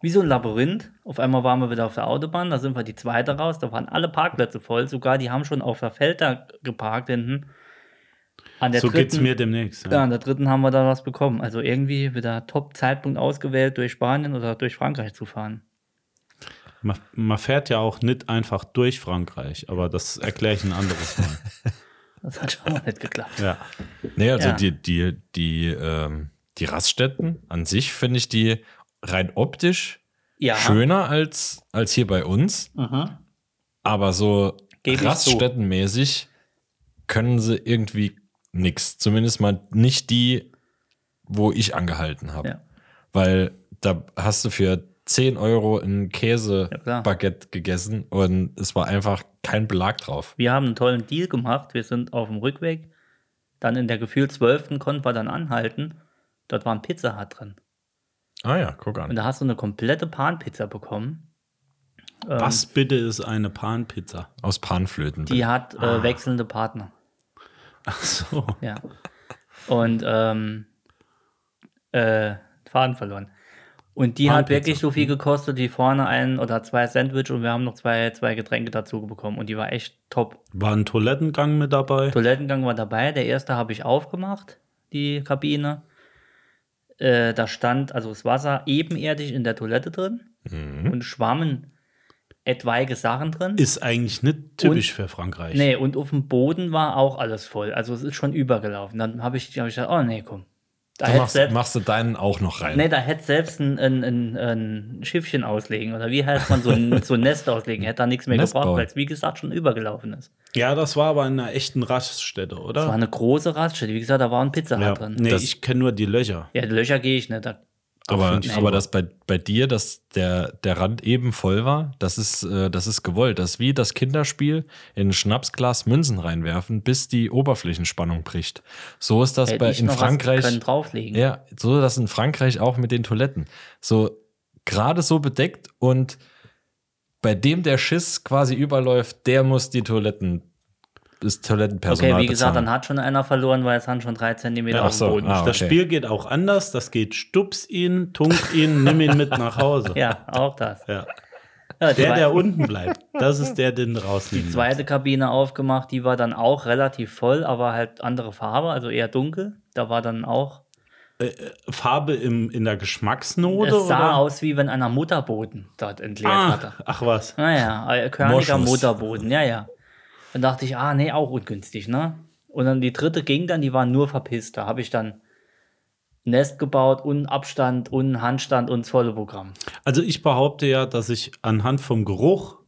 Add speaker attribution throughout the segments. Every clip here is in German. Speaker 1: wie so ein Labyrinth. Auf einmal waren wir wieder auf der Autobahn, da sind wir die zweite raus, da waren alle Parkplätze voll, sogar die haben schon auf der Felder geparkt hinten. An der
Speaker 2: So
Speaker 1: dritten,
Speaker 2: geht's mir demnächst.
Speaker 1: Ja,
Speaker 2: Ja.
Speaker 1: an der dritten haben wir da was bekommen. Also irgendwie wieder Top-Zeitpunkt ausgewählt, durch Spanien oder durch Frankreich zu fahren.
Speaker 2: Man, man fährt ja auch nicht einfach durch Frankreich, aber das erkläre ich ein anderes Mal.
Speaker 1: Das hat schon mal nicht geklappt.
Speaker 2: Ja.
Speaker 3: Nee, also
Speaker 1: Ja.
Speaker 3: die, die, die, ähm, die Raststätten an sich finde ich die rein optisch
Speaker 1: Ja, Mhm.
Speaker 3: schöner als, als hier bei uns. Aber so
Speaker 1: Gebe ich zu.
Speaker 3: Raststättenmäßig können sie irgendwie nichts. Zumindest mal nicht die, wo ich angehalten habe.
Speaker 1: Ja.
Speaker 3: Weil da hast du für 10 Euro ein
Speaker 1: Ja, klar.
Speaker 3: Käsebaguette gegessen und es war einfach kein Belag drauf.
Speaker 1: Wir haben einen tollen Deal gemacht. Wir sind auf dem Rückweg. Dann in der gefühlt 12. konnten wir dann anhalten. Dort war ein Pizza Hut drin.
Speaker 3: Ah ja, guck
Speaker 1: Und
Speaker 3: an.
Speaker 1: da hast du eine komplette Panpizza bekommen.
Speaker 2: Ähm. Was bitte ist eine Panpizza?
Speaker 3: Aus Panflöten.
Speaker 1: Die hat äh, wechselnde Partner.
Speaker 2: Ach so.
Speaker 1: Ja. Und ähm, äh, Faden verloren. Und die hat
Speaker 2: Warmpizza.
Speaker 1: wirklich so viel gekostet, wie vorne ein oder zwei Sandwich und wir haben noch zwei, zwei Getränke dazu bekommen. Und die war echt top.
Speaker 2: War ein Toilettengang mit dabei?
Speaker 1: Toilettengang war dabei. Der erste habe ich aufgemacht, die Kabine. Äh, da stand also das Wasser ebenerdig in der Toilette drin
Speaker 3: Mhm.
Speaker 1: und schwammen etwaige Sachen drin.
Speaker 2: Ist eigentlich nicht typisch für Frankreich.
Speaker 1: Nee, und auf dem Boden war auch alles voll. Also es ist schon übergelaufen. Dann habe ich, hab ich gesagt, oh nee, komm. Da
Speaker 3: Dann
Speaker 1: hätte
Speaker 3: machst,
Speaker 1: selbst,
Speaker 3: machst du deinen auch noch rein.
Speaker 1: nee, da hätte selbst ein, ein, ein, ein Schiffchen auslegen oder wie heißt man so ein, so ein Nest auslegen, hätte da nichts mehr
Speaker 3: Nest
Speaker 1: gebraucht,
Speaker 3: bauen.
Speaker 1: weil es wie gesagt schon übergelaufen ist.
Speaker 2: Ja, das war aber in einer echten Raststätte,
Speaker 1: Das war
Speaker 2: oder?
Speaker 1: eine große Raststätte. Wie gesagt, da war ein Pizza Hut
Speaker 2: ja.
Speaker 1: drin.
Speaker 2: Nee,
Speaker 3: Das-
Speaker 2: ich kenne nur die Löcher.
Speaker 1: Ja, die Löcher gehe ich nicht. Da,
Speaker 3: aber
Speaker 2: find ich
Speaker 3: aber
Speaker 2: super.
Speaker 3: dass bei, bei dir, dass der, der Rand eben voll war, das ist, äh, das ist gewollt. Das ist wie das Kinderspiel in ein Schnapsglas Münzen reinwerfen, bis die Oberflächenspannung bricht. So ist das
Speaker 1: hätte
Speaker 3: bei,
Speaker 1: ich
Speaker 3: in
Speaker 1: noch
Speaker 3: Frankreich.
Speaker 1: was können drauflegen.
Speaker 3: Ja, so das in Frankreich auch mit den Toiletten. So gerade so bedeckt und bei dem der Schiss quasi überläuft, der muss die Toiletten, das Toilettenpersonal
Speaker 1: okay, wie gesagt,
Speaker 3: bezahlen.
Speaker 1: dann hat schon einer verloren, weil es haben schon drei Zentimeter
Speaker 3: Ach
Speaker 1: auf dem
Speaker 3: so,
Speaker 1: Boden.
Speaker 3: ah, okay.
Speaker 2: Das Spiel geht auch anders. Das geht stups ihn, tunk ihn, nimm ihn mit nach Hause.
Speaker 1: Ja, auch das.
Speaker 2: Ja.
Speaker 1: Ja, die
Speaker 2: Der,
Speaker 1: war-
Speaker 2: der unten bleibt, das ist der, den du rausnehmen musst.
Speaker 1: zweite Kabine aufgemacht, die war dann auch relativ voll, aber halt andere Farbe, also eher dunkel. Da war dann auch.
Speaker 2: Farbe im, in der Geschmacksnote?
Speaker 1: es sah
Speaker 2: oder?
Speaker 1: aus, wie wenn einer Mutterboden dort entleert hatte.
Speaker 2: ah, ach was.
Speaker 1: Naja, ein äh, körniger
Speaker 3: Moschus.
Speaker 1: Mutterboden, ja, ja. Dann dachte ich, ah, nee, auch ungünstig, ne? Und dann die dritte ging dann, die waren nur verpisst. Da habe ich dann Nest gebaut und Abstand und Handstand und das volle Programm
Speaker 2: Also ich behaupte ja, dass ich anhand vom Geruch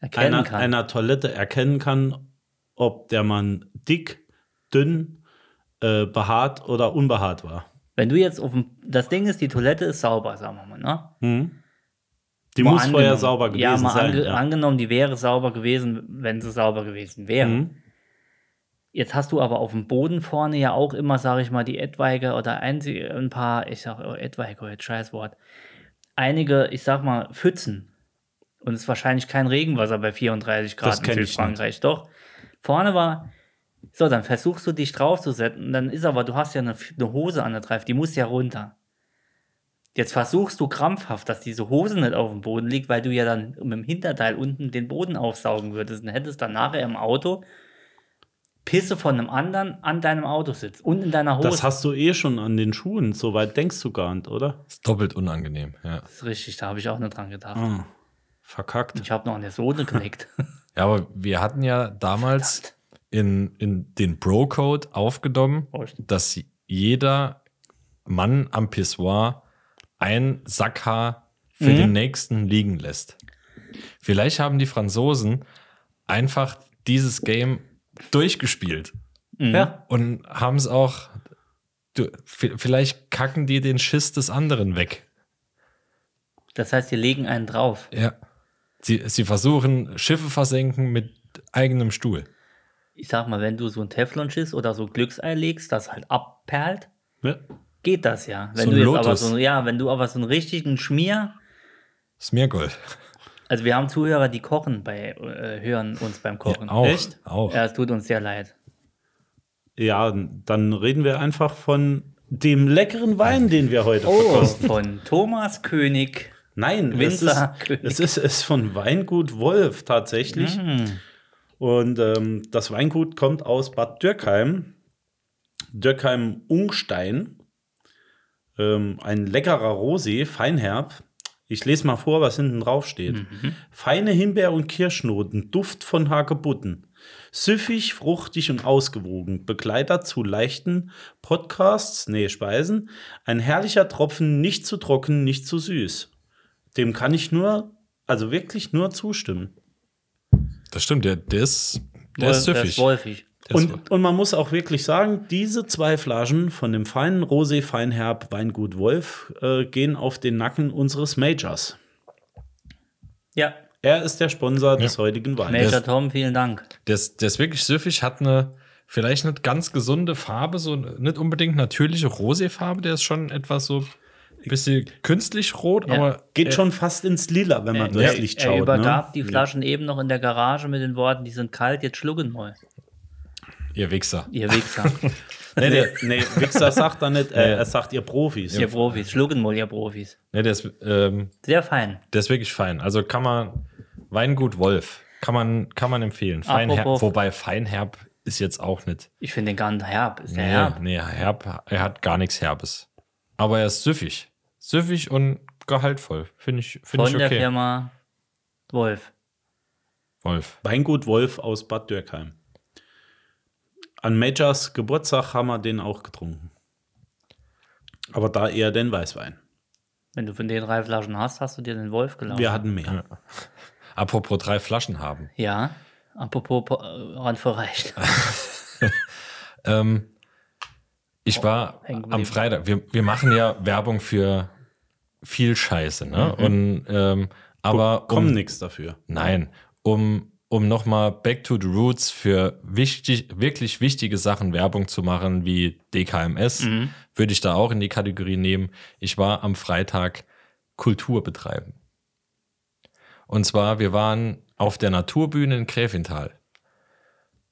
Speaker 1: erkennen
Speaker 2: einer,
Speaker 1: kann.
Speaker 2: einer Toilette erkennen kann, ob der Mann dick, dünn, äh, behaart oder unbehaart war.
Speaker 1: Wenn du jetzt auf dem, das Ding ist, die Toilette ist sauber, sagen wir mal, ne?
Speaker 2: Die
Speaker 1: Mal
Speaker 2: muss vorher
Speaker 1: angenommen.
Speaker 2: sauber gewesen
Speaker 1: ja, mal
Speaker 2: sein.
Speaker 1: Ange
Speaker 2: ja.
Speaker 1: angenommen, die wäre sauber gewesen, wenn sie sauber gewesen wäre.
Speaker 2: Mhm.
Speaker 1: Jetzt hast du aber auf dem Boden vorne ja auch immer, sage ich mal, die etwaige oder ein, ein paar, ich sag oh, etwaige, jetzt Scheißwort, einige, ich sag mal, Pfützen. Und es ist wahrscheinlich kein Regenwasser bei 34 Grad
Speaker 2: Das kenn ich
Speaker 1: Südfrankreich. Doch, vorne war, so, dann versuchst du dich draufzusetzen, dann ist aber, du hast ja eine, F- eine Hose an der Treif, die muss ja runter. Jetzt versuchst du krampfhaft, dass diese Hose nicht auf dem Boden liegt, weil du ja dann mit dem Hinterteil unten den Boden aufsaugen würdest und hättest dann nachher im Auto Pisse von einem anderen an deinem Autositz und in deiner Hose.
Speaker 2: Das hast du eh schon an den Schuhen, so weit denkst du gar nicht, oder?
Speaker 3: Ist doppelt unangenehm, ja.
Speaker 1: Das ist richtig, da habe ich auch nicht dran gedacht.
Speaker 2: Ah, verkackt.
Speaker 1: Ich habe noch an der Sohle genickt.
Speaker 3: Ja, aber wir hatten ja damals in, in den Bro-Code aufgenommen,
Speaker 1: Prost.
Speaker 3: dass jeder Mann am Pissoir ein Sackhaar für den nächsten liegen lässt. Vielleicht haben die Franzosen einfach dieses Game durchgespielt
Speaker 1: Mhm.
Speaker 2: Ja.
Speaker 3: und haben es auch. Du, vi- vielleicht kacken die den Schiss des anderen weg.
Speaker 1: Das heißt, die legen einen drauf.
Speaker 3: Ja. Sie, sie versuchen, Schiffe versenken mit eigenem Stuhl.
Speaker 1: Ich sag mal, wenn du so ein Teflonschiss oder so Glücksei legst, das halt abperlt,
Speaker 2: Ja.
Speaker 1: geht das ja. Wenn
Speaker 3: So ein
Speaker 1: du jetzt aber
Speaker 3: Lotus.
Speaker 1: so, ja, wenn du aber so einen richtigen Schmier
Speaker 3: Smirgold.
Speaker 1: Also wir haben Zuhörer, die kochen bei, äh, hören uns beim Kochen.
Speaker 3: Ja, auch.
Speaker 2: Echt?
Speaker 3: Auch.
Speaker 1: Ja, es tut uns sehr leid.
Speaker 2: Ja, dann reden wir einfach von dem leckeren Wein, den wir
Speaker 1: Oh.
Speaker 2: heute verkosten.
Speaker 1: Von Thomas König.
Speaker 2: Nein, es ist,
Speaker 1: Winzer König.
Speaker 2: es ist es ist von Weingut Wolf tatsächlich. Und ähm, das Weingut kommt aus Bad Dürkheim, Dürkheim-Ungstein. Ähm, ein leckerer Rosé, feinherb. Ich lese mal vor, was hinten drauf steht. Feine Himbeer- und Kirschnoten, Duft von Hagebutten. Süffig, fruchtig und ausgewogen, begleitert zu leichten Podcasts, nee, Speisen. Ein herrlicher Tropfen, nicht zu trocken, nicht zu süß. Dem kann ich nur, also wirklich nur zustimmen.
Speaker 3: Das stimmt, der, der ist, der ist
Speaker 1: äh, Der ist
Speaker 3: süffig.
Speaker 1: wolfig.
Speaker 3: Der ist-
Speaker 2: Und, und man muss auch wirklich sagen, diese zwei Flaschen von dem feinen Rosé Feinherb Weingut Wolf äh, gehen auf den Nacken unseres Majors.
Speaker 1: Ja,
Speaker 2: Er ist der Sponsor des heutigen Weins.
Speaker 1: Major Tom, vielen Dank.
Speaker 3: der, ist, der ist wirklich süffig, hat eine vielleicht nicht ganz gesunde Farbe, so nicht unbedingt natürliche Roséfarbe, der ist schon etwas so bisschen künstlich rot, aber
Speaker 2: Geht schon fast ins Lila, wenn man
Speaker 1: Er-
Speaker 2: durchs
Speaker 1: er-
Speaker 2: Licht
Speaker 1: Äh. Er
Speaker 2: schaut.
Speaker 1: übergab
Speaker 2: ne?
Speaker 1: die Flaschen eben noch in der Garage mit den Worten, die sind kalt, jetzt schlucken mal.
Speaker 3: ihr Wichser.
Speaker 1: Ihr Wichser,
Speaker 2: Nee, der, nee, Wichser sagt da nicht, äh, er sagt ihr Profis.
Speaker 1: ihr Profis, schlucken mal, ihr Profis.
Speaker 3: Ne, der, ist, ähm,
Speaker 1: Sehr fein.
Speaker 3: der ist wirklich fein. Also kann man Weingut Wolf kann man, kann man empfehlen.
Speaker 1: Apropos-
Speaker 3: Feinherb, wobei Feinherb ist jetzt auch nicht.
Speaker 1: Ich finde den ganz herb. Ist der
Speaker 3: Nee,
Speaker 1: herb?
Speaker 3: nee, herb, er hat gar nichts Herbes. Aber er ist süffig. Süffig und gehaltvoll. Finde ich,
Speaker 1: Von
Speaker 3: finde ich
Speaker 1: der
Speaker 3: okay.
Speaker 1: Firma Wolf.
Speaker 3: Wolf.
Speaker 2: Weingut Wolf aus Bad Dürkheim. An Majors Geburtstag haben wir den auch getrunken. Aber da eher den Weißwein.
Speaker 1: Wenn du von den drei Flaschen hast, hast du dir den Wolf gelaufen.
Speaker 2: Wir hatten mehr.
Speaker 3: Apropos drei Flaschen haben.
Speaker 1: Ja. Apropos Po- äh, Randverreicht.
Speaker 3: Ähm, ich war
Speaker 1: Oh, hängen geblieben.
Speaker 3: am Freitag, wir, wir machen ja Werbung für viel Scheiße, ne?
Speaker 1: Mhm.
Speaker 3: Und, ähm, aber
Speaker 2: Kommt
Speaker 3: um,
Speaker 2: nichts dafür.
Speaker 3: Nein, um, um nochmal back to the roots für wichtig, wirklich wichtige Sachen Werbung zu machen, wie DKMS,
Speaker 1: Mhm.
Speaker 3: würde ich da auch in die Kategorie nehmen. Ich war am Freitag Kultur betreiben. Und zwar, wir waren auf der Naturbühne in Gräfintal.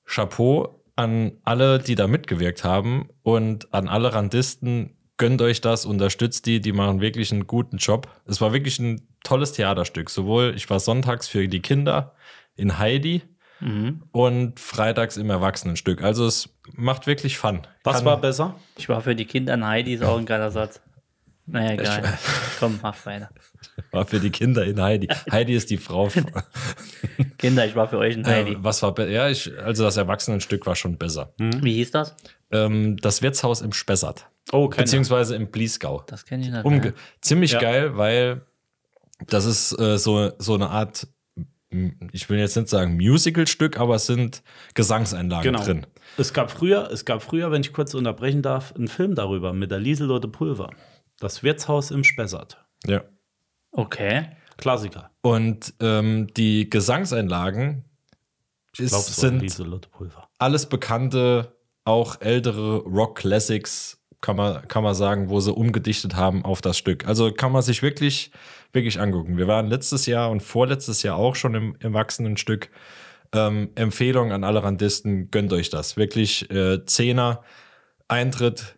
Speaker 3: Chapeau an alle, die da mitgewirkt haben und an alle Randisten. Gönnt euch das, unterstützt die, die machen wirklich einen guten Job. Es war wirklich ein tolles Theaterstück. Sowohl ich war sonntags für die Kinder in Heidi
Speaker 2: Mhm.
Speaker 3: und freitags im Erwachsenenstück. Also es macht wirklich Fun.
Speaker 2: Was
Speaker 3: Kann-
Speaker 2: war besser?
Speaker 1: Ich war für die Kinder in Heidi, ist auch ein geiler Satz. Naja, egal. Komm, mach weiter.
Speaker 3: war für die Kinder in Heidi? Heidi ist die Frau. von-
Speaker 1: Kinder, ich war für euch in Heidi.
Speaker 3: Äh, was war be- ja, ich, also das Erwachsenenstück war schon besser.
Speaker 2: Hm.
Speaker 1: Wie hieß das?
Speaker 3: Ähm, das Wirtshaus im Spessart,
Speaker 2: Oh, keine
Speaker 3: beziehungsweise im Bliesgau.
Speaker 1: Das kenne ich nicht.
Speaker 3: Umge
Speaker 1: ne?
Speaker 3: Ziemlich
Speaker 2: Ja.
Speaker 3: geil, weil das ist äh, so, so eine Art, m, ich will jetzt nicht sagen Musical-Stück, aber es sind Gesangseinlagen
Speaker 2: genau.
Speaker 3: drin.
Speaker 2: Es gab früher, es gab früher, wenn ich kurz unterbrechen darf, einen Film darüber mit der Lieselotte Pulver. Das Wirtshaus im Spessart.
Speaker 3: Ja.
Speaker 1: Okay.
Speaker 2: Klassiker.
Speaker 3: Und ähm, die Gesangseinlagen ist,
Speaker 2: Glaubst du an
Speaker 3: sind
Speaker 2: Lieselotte Pulver?
Speaker 3: alles bekannte, auch ältere Rock-Classics, kann man, kann man sagen, wo sie umgedichtet haben auf das Stück. Also kann man sich wirklich, wirklich angucken. Wir waren letztes Jahr und vorletztes Jahr auch schon im, im wachsenden Stück. Ähm, Empfehlung an alle Randisten, gönnt euch das. Wirklich äh, Zehner, Eintritt,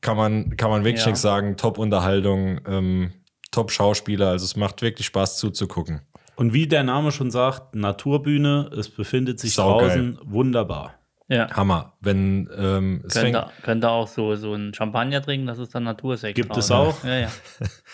Speaker 3: kann man, kann man wirklich
Speaker 1: Ja.
Speaker 3: nichts sagen. Top-Unterhaltung, ähm, Top-Schauspieler. Also es macht wirklich Spaß zuzugucken.
Speaker 2: Und wie der Name schon sagt, Naturbühne, es befindet sich
Speaker 3: Saugeil.
Speaker 2: draußen. Wunderbar.
Speaker 1: Ja.
Speaker 3: Hammer. Wenn ähm, es fängt,
Speaker 1: Könnte, könnte auch so, so ein Champagner trinken, das ist dann Natursekt.
Speaker 2: Gibt
Speaker 1: draus.
Speaker 2: es auch?
Speaker 1: Ja, ja.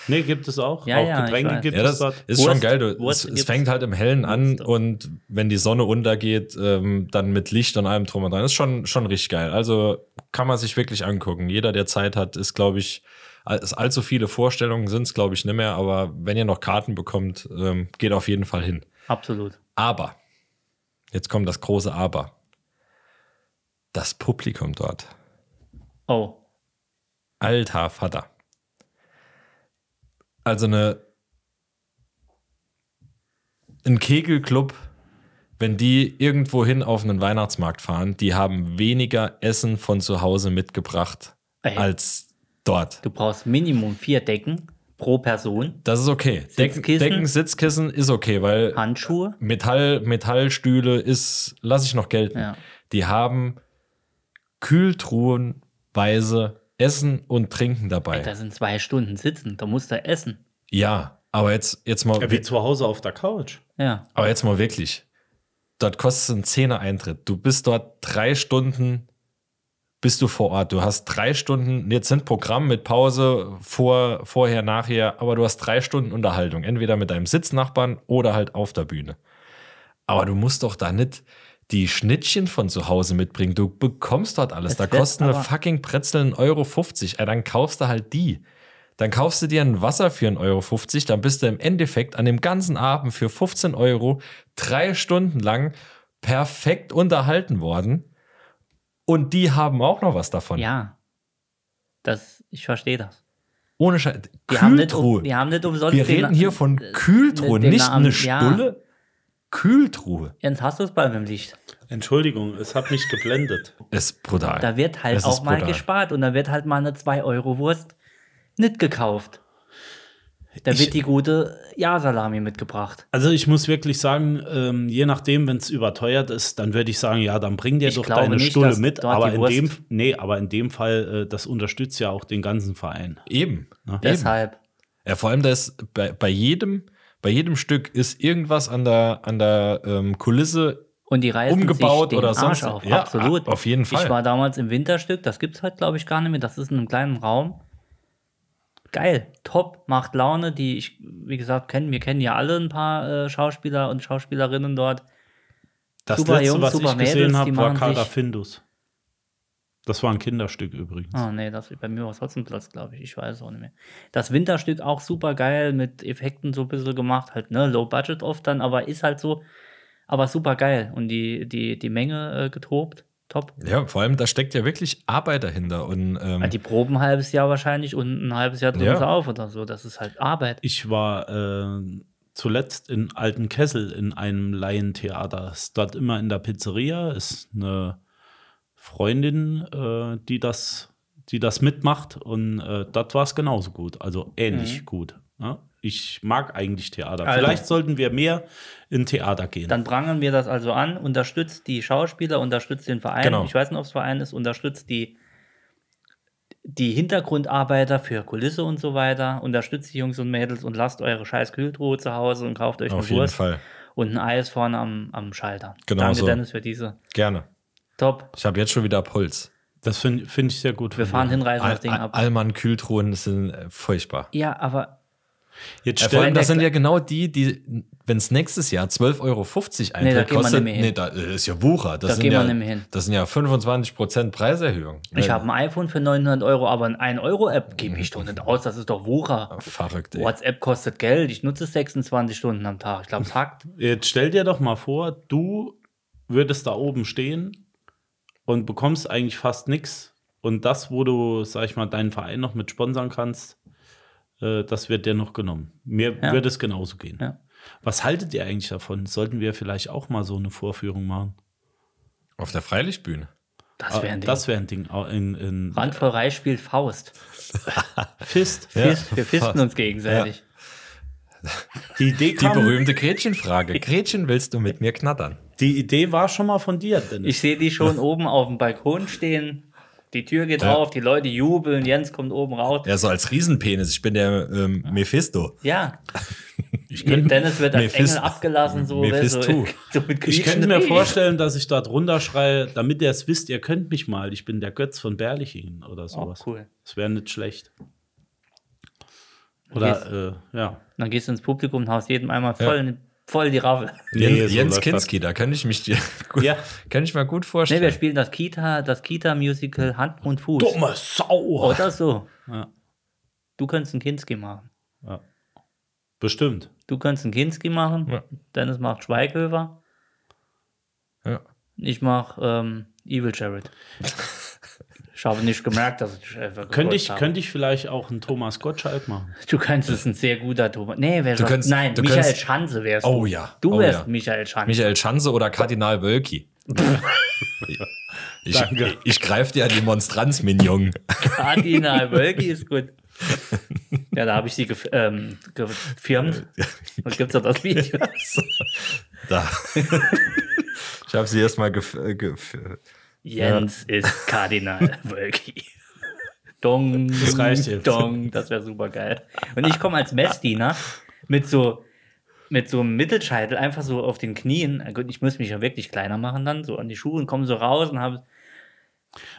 Speaker 2: Nee, gibt es auch.
Speaker 1: Ja,
Speaker 2: auch
Speaker 1: ja, ich
Speaker 2: Getränke
Speaker 1: weiß.
Speaker 2: gibt
Speaker 3: Ja,
Speaker 2: es
Speaker 3: das
Speaker 2: dort.
Speaker 3: ist
Speaker 1: Wurst-
Speaker 3: schon geil. Du,
Speaker 1: Wurst
Speaker 3: es, es
Speaker 1: gibt's.
Speaker 3: fängt halt im Hellen an
Speaker 1: Wurst.
Speaker 3: und wenn die Sonne untergeht, ähm, dann mit Licht und allem drum und dran. Ist schon, schon richtig geil. Also kann man sich wirklich angucken. Jeder, der Zeit hat, ist, glaube ich, all- ist allzu viele Vorstellungen sind es, glaube ich, nicht mehr. Aber wenn ihr noch Karten bekommt, ähm, geht auf jeden Fall hin.
Speaker 1: Absolut.
Speaker 3: Aber, jetzt kommt das große Aber. Das Publikum dort.
Speaker 1: Oh.
Speaker 3: Alter Vater. Also eine ein Kegelclub, wenn die irgendwohin auf einen Weihnachtsmarkt fahren, die haben weniger Essen von zu Hause mitgebracht
Speaker 1: Ey.
Speaker 3: als dort.
Speaker 1: Du brauchst Minimum vier Decken pro Person,
Speaker 3: Das ist okay. Decken,
Speaker 1: Sitzkissen?
Speaker 3: Decken, Sitzkissen ist okay, weil
Speaker 1: Handschuhe.
Speaker 3: Metall, Metallstühle ist, lasse ich noch gelten.
Speaker 1: Ja.
Speaker 3: Die haben kühltruhenweise Essen und Trinken dabei.
Speaker 1: Das sind zwei Stunden sitzen, da musst du essen.
Speaker 3: Ja, aber jetzt, jetzt mal,
Speaker 2: Ja, wie zu Hause auf der Couch.
Speaker 1: Ja.
Speaker 3: aber jetzt mal wirklich. Dort kostet es einen Zehner Eintritt. Du bist dort drei Stunden, bist du vor Ort. Du hast drei Stunden, jetzt sind Programm mit Pause, vor, vorher, nachher, aber du hast drei Stunden Unterhaltung. Entweder mit deinem Sitznachbarn oder halt auf der Bühne. Aber du musst doch da nicht die Schnittchen von zu Hause mitbringen. Du bekommst dort alles.
Speaker 1: Es
Speaker 3: da
Speaker 1: wird
Speaker 3: kosten eine
Speaker 1: aber-
Speaker 3: fucking Brezel 1,50 Euro. 50. Ey, dann kaufst du halt die. Dann kaufst du dir ein Wasser für 1,50 Euro, 50, dann bist du im Endeffekt an dem ganzen Abend für 15 Euro drei Stunden lang perfekt unterhalten worden. Und die haben auch noch was davon.
Speaker 1: Ja. Das, ich verstehe das.
Speaker 3: Ohne Scheiß.
Speaker 1: Die haben, nicht,
Speaker 3: Kühltruhe.
Speaker 1: um- die haben nicht umsonst.
Speaker 3: Wir
Speaker 1: den-
Speaker 3: reden hier von
Speaker 1: äh,
Speaker 3: Kühltruhe,
Speaker 1: den
Speaker 3: nicht
Speaker 1: Namen-
Speaker 3: eine Stulle. Kühltruhe.
Speaker 1: Ja. Jetzt hast du es bei dem Licht.
Speaker 2: Entschuldigung, es hat mich geblendet.
Speaker 3: Ist brutal.
Speaker 1: Da wird halt
Speaker 3: Es ist
Speaker 1: auch mal
Speaker 3: brutal.
Speaker 1: gespart und da wird halt mal eine 2-Euro-Wurst nicht gekauft. Da
Speaker 2: Ich-
Speaker 1: wird die gute Ja-Salami mitgebracht.
Speaker 2: Also ich muss wirklich sagen, ähm, je nachdem, wenn es überteuert ist, dann würde ich sagen, ja, dann bring dir
Speaker 1: Ich
Speaker 2: doch
Speaker 1: glaube
Speaker 2: deine
Speaker 1: nicht,
Speaker 2: Stulle
Speaker 1: dass
Speaker 2: mit.
Speaker 1: dort
Speaker 2: Aber
Speaker 1: die
Speaker 2: in,
Speaker 1: Wurst-
Speaker 2: dem, nee, aber in dem Fall, äh, das unterstützt ja auch den ganzen Verein.
Speaker 3: Eben. Eben.
Speaker 1: Deshalb.
Speaker 3: Ja, vor allem, da ist bei, bei jedem, bei jedem Stück ist irgendwas an der, an der ähm, Kulisse.
Speaker 1: Und die reißen sich
Speaker 3: Umgebaut
Speaker 1: den
Speaker 3: oder
Speaker 1: Arsch
Speaker 3: sonst-
Speaker 1: auf.
Speaker 3: Ja,
Speaker 1: Absolut.
Speaker 3: a- auf jeden Fall.
Speaker 1: Ich war damals im Winterstück, das gibt's heute, glaube ich, gar nicht mehr. Das ist in einem kleinen Raum. Geil, top, macht Laune, die ich, wie gesagt, kennen. Wir kennen ja alle ein paar äh, Schauspieler und Schauspielerinnen dort.
Speaker 2: Das
Speaker 1: Super
Speaker 2: letzte,
Speaker 1: Jungs,
Speaker 2: was
Speaker 1: super
Speaker 2: ich gesehen
Speaker 1: Mädels,
Speaker 2: habe,
Speaker 1: die
Speaker 2: war
Speaker 1: machen
Speaker 2: Kader
Speaker 1: sich-
Speaker 2: Findus. Das war ein Kinderstück übrigens.
Speaker 1: Ah, nee, das, bei mir war es trotzdem Platz, glaube ich. Ich weiß es auch nicht mehr. Das Winterstück auch super geil, mit Effekten so ein bisschen gemacht, halt, ne? Low Budget oft dann, aber ist halt so, aber super geil. Und die, die, die Menge äh, getobt, top.
Speaker 3: Ja, vor allem, da steckt ja wirklich Arbeit dahinter. Und ähm,
Speaker 1: Weil die proben ein halbes Jahr wahrscheinlich und ein halbes Jahr tun
Speaker 3: Ja.
Speaker 1: sie auf oder so. Das ist halt Arbeit.
Speaker 2: Ich war äh, zuletzt in Alten Kessel in einem Laientheater. Ist dort immer in der Pizzeria, ist eine Freundin, äh, die das die das mitmacht und äh, das war es genauso gut, also ähnlich gut. Ja? Ich mag eigentlich Theater.
Speaker 1: Mhm. Also-
Speaker 2: Vielleicht sollten wir mehr in Theater gehen.
Speaker 1: Dann prangen wir das also an, unterstützt die Schauspieler, unterstützt den Verein.
Speaker 3: Genau.
Speaker 1: Ich weiß nicht, ob es Verein ist, unterstützt die, die Hintergrundarbeiter für Kulisse und so weiter, unterstützt die Jungs und Mädels und lasst eure scheiß Kühltruhe zu Hause und kauft euch
Speaker 3: auf
Speaker 1: eine
Speaker 3: jeden
Speaker 1: Wurst
Speaker 3: Fall.
Speaker 1: und ein Eis vorne am, am Schalter.
Speaker 3: Genau
Speaker 1: Danke,
Speaker 3: so.
Speaker 1: Dennis, für diese.
Speaker 3: Gerne.
Speaker 1: Top.
Speaker 3: Ich habe jetzt schon wieder Puls.
Speaker 2: das finde find ich sehr gut.
Speaker 1: Wir fahren hinreißen
Speaker 3: Genau. Al
Speaker 1: das Ding
Speaker 3: Al-
Speaker 1: ab.
Speaker 3: Allmann Kühltruhen sind äh, furchtbar.
Speaker 1: Ja, aber
Speaker 2: Jetzt
Speaker 3: Ja, vor
Speaker 2: stellen
Speaker 3: allem,
Speaker 1: der
Speaker 3: das sind
Speaker 1: Kle-
Speaker 3: ja genau die, die, wenn es nächstes Jahr 12,50
Speaker 1: Nee,
Speaker 3: Euro
Speaker 1: da
Speaker 3: Eintritt
Speaker 1: gehen wir nicht
Speaker 3: kostet,
Speaker 1: mehr hin.
Speaker 3: nee, da äh, ist ja Wucher. Das
Speaker 1: Da
Speaker 3: sind
Speaker 1: gehen wir
Speaker 3: ja,
Speaker 1: nicht mehr hin.
Speaker 3: Das sind ja 25% Preiserhöhung.
Speaker 1: ich habe ein iPhone für 900 Euro, aber ein 1-Euro-App gebe ich doch nicht aus. Das ist doch Wucher.
Speaker 3: Ah, Verrückt, ey.
Speaker 1: WhatsApp kostet Geld. Ich nutze es 26 Stunden am Tag. Ich glaube, es hackt.
Speaker 2: Jetzt stell dir doch mal vor, du würdest da oben stehen und bekommst eigentlich fast nichts. Und das, wo du, sag ich mal, deinen Verein noch mit sponsern kannst, äh, das wird dir noch genommen. Mir
Speaker 1: Ja.
Speaker 2: würde es genauso gehen.
Speaker 1: Ja.
Speaker 2: Was haltet ihr eigentlich davon? Sollten wir vielleicht auch mal so eine Vorführung machen? Ah,
Speaker 3: Auf der Freilichtbühne.
Speaker 1: Das
Speaker 3: Ah,
Speaker 1: wäre ein Ding. Ah.
Speaker 2: Das wäre ein Ding. Au- In, in
Speaker 1: Randvoll Reich spielt Faust.
Speaker 2: Fist.
Speaker 1: Fist,
Speaker 3: Ja,
Speaker 1: wir fisten
Speaker 3: fast.
Speaker 1: uns gegenseitig.
Speaker 2: Die Idee,
Speaker 3: Die
Speaker 2: kam,
Speaker 3: berühmte Gretchenfrage. Gretchen, willst du mit mir knattern?
Speaker 2: die Idee war schon mal von dir, Dennis.
Speaker 1: Ich sehe die schon oben auf dem Balkon stehen. Die Tür geht
Speaker 3: Ja.
Speaker 1: auf, die Leute jubeln. Jens kommt oben raus.
Speaker 3: Ja, so als Riesenpenis. Ich bin der ähm, Mephisto.
Speaker 1: Ja.
Speaker 2: Ich könnte-
Speaker 1: Dennis wird als
Speaker 3: Mephisto.
Speaker 1: Engel abgelassen, so, weißt du,
Speaker 3: Mephisto.
Speaker 1: so mit
Speaker 2: Ich könnte
Speaker 1: quietschenden-
Speaker 2: mir vorstellen, dass ich dort runterschreie, damit ihr es wisst, ihr könnt mich mal. Ich bin der Götz von Berlichingen oder sowas.
Speaker 1: cool.
Speaker 2: Das wäre nicht schlecht. Oder, äh, ja.
Speaker 1: Dann gehst du ins Publikum und haust jedem einmal voll, voll die Raffel.
Speaker 2: Nee,
Speaker 3: Jens,
Speaker 2: so
Speaker 3: Jens
Speaker 2: läuft
Speaker 3: Kinski, da kann ich mich dir gut,
Speaker 2: Ja.
Speaker 3: kann ich mal gut
Speaker 1: Ne,
Speaker 3: vorstellen.
Speaker 1: wir spielen das Kita, das Kita-Musical Hand und Fuß.
Speaker 2: das. Dumme Sau.
Speaker 1: Oder so.
Speaker 2: Ja.
Speaker 1: Du könntest einen Kinski machen.
Speaker 2: Bestimmt.
Speaker 1: Du könntest einen Kinski machen.
Speaker 3: Ja.
Speaker 1: Dennis macht Schweighöfer.
Speaker 3: Ja.
Speaker 1: Ich mach ähm, Evil Jared. ich habe nicht gemerkt, dass ich einfach
Speaker 2: Könnte ich,
Speaker 1: habe.
Speaker 2: könnte ich vielleicht auch einen Thomas Gottschalk machen?
Speaker 1: Du könntest es ein sehr guter Thomas. Nee, wer
Speaker 3: Du
Speaker 1: sagt-
Speaker 3: könntest-
Speaker 1: Nein,
Speaker 3: du
Speaker 1: Michael
Speaker 3: könntest-
Speaker 1: Schanze wärst
Speaker 3: Oh
Speaker 1: du.
Speaker 3: ja,
Speaker 1: Du
Speaker 3: oh
Speaker 1: wärst
Speaker 3: ja.
Speaker 1: Michael Schanze.
Speaker 3: Michael Schanze oder Kardinal Wölki? ich
Speaker 2: Danke.
Speaker 3: ich greife dir an die Monstranz, Mignon.
Speaker 1: Kardinal Wölki ist gut. Ja, da habe ich sie gef ähm, gefirmt. Und gibt's auch das Video.
Speaker 3: Da. ich habe sie erstmal gef äh, gef
Speaker 1: Jens ist Kardinal Wölki. Dong, das
Speaker 2: reicht jetzt.
Speaker 1: Dong, das wäre super geil. Und ich komme als Messdiener mit so mit so einem Mittelscheitel einfach so auf den Knien. Gut, ich muss mich ja wirklich kleiner machen dann, so an die Schuhe und komme so raus und habe,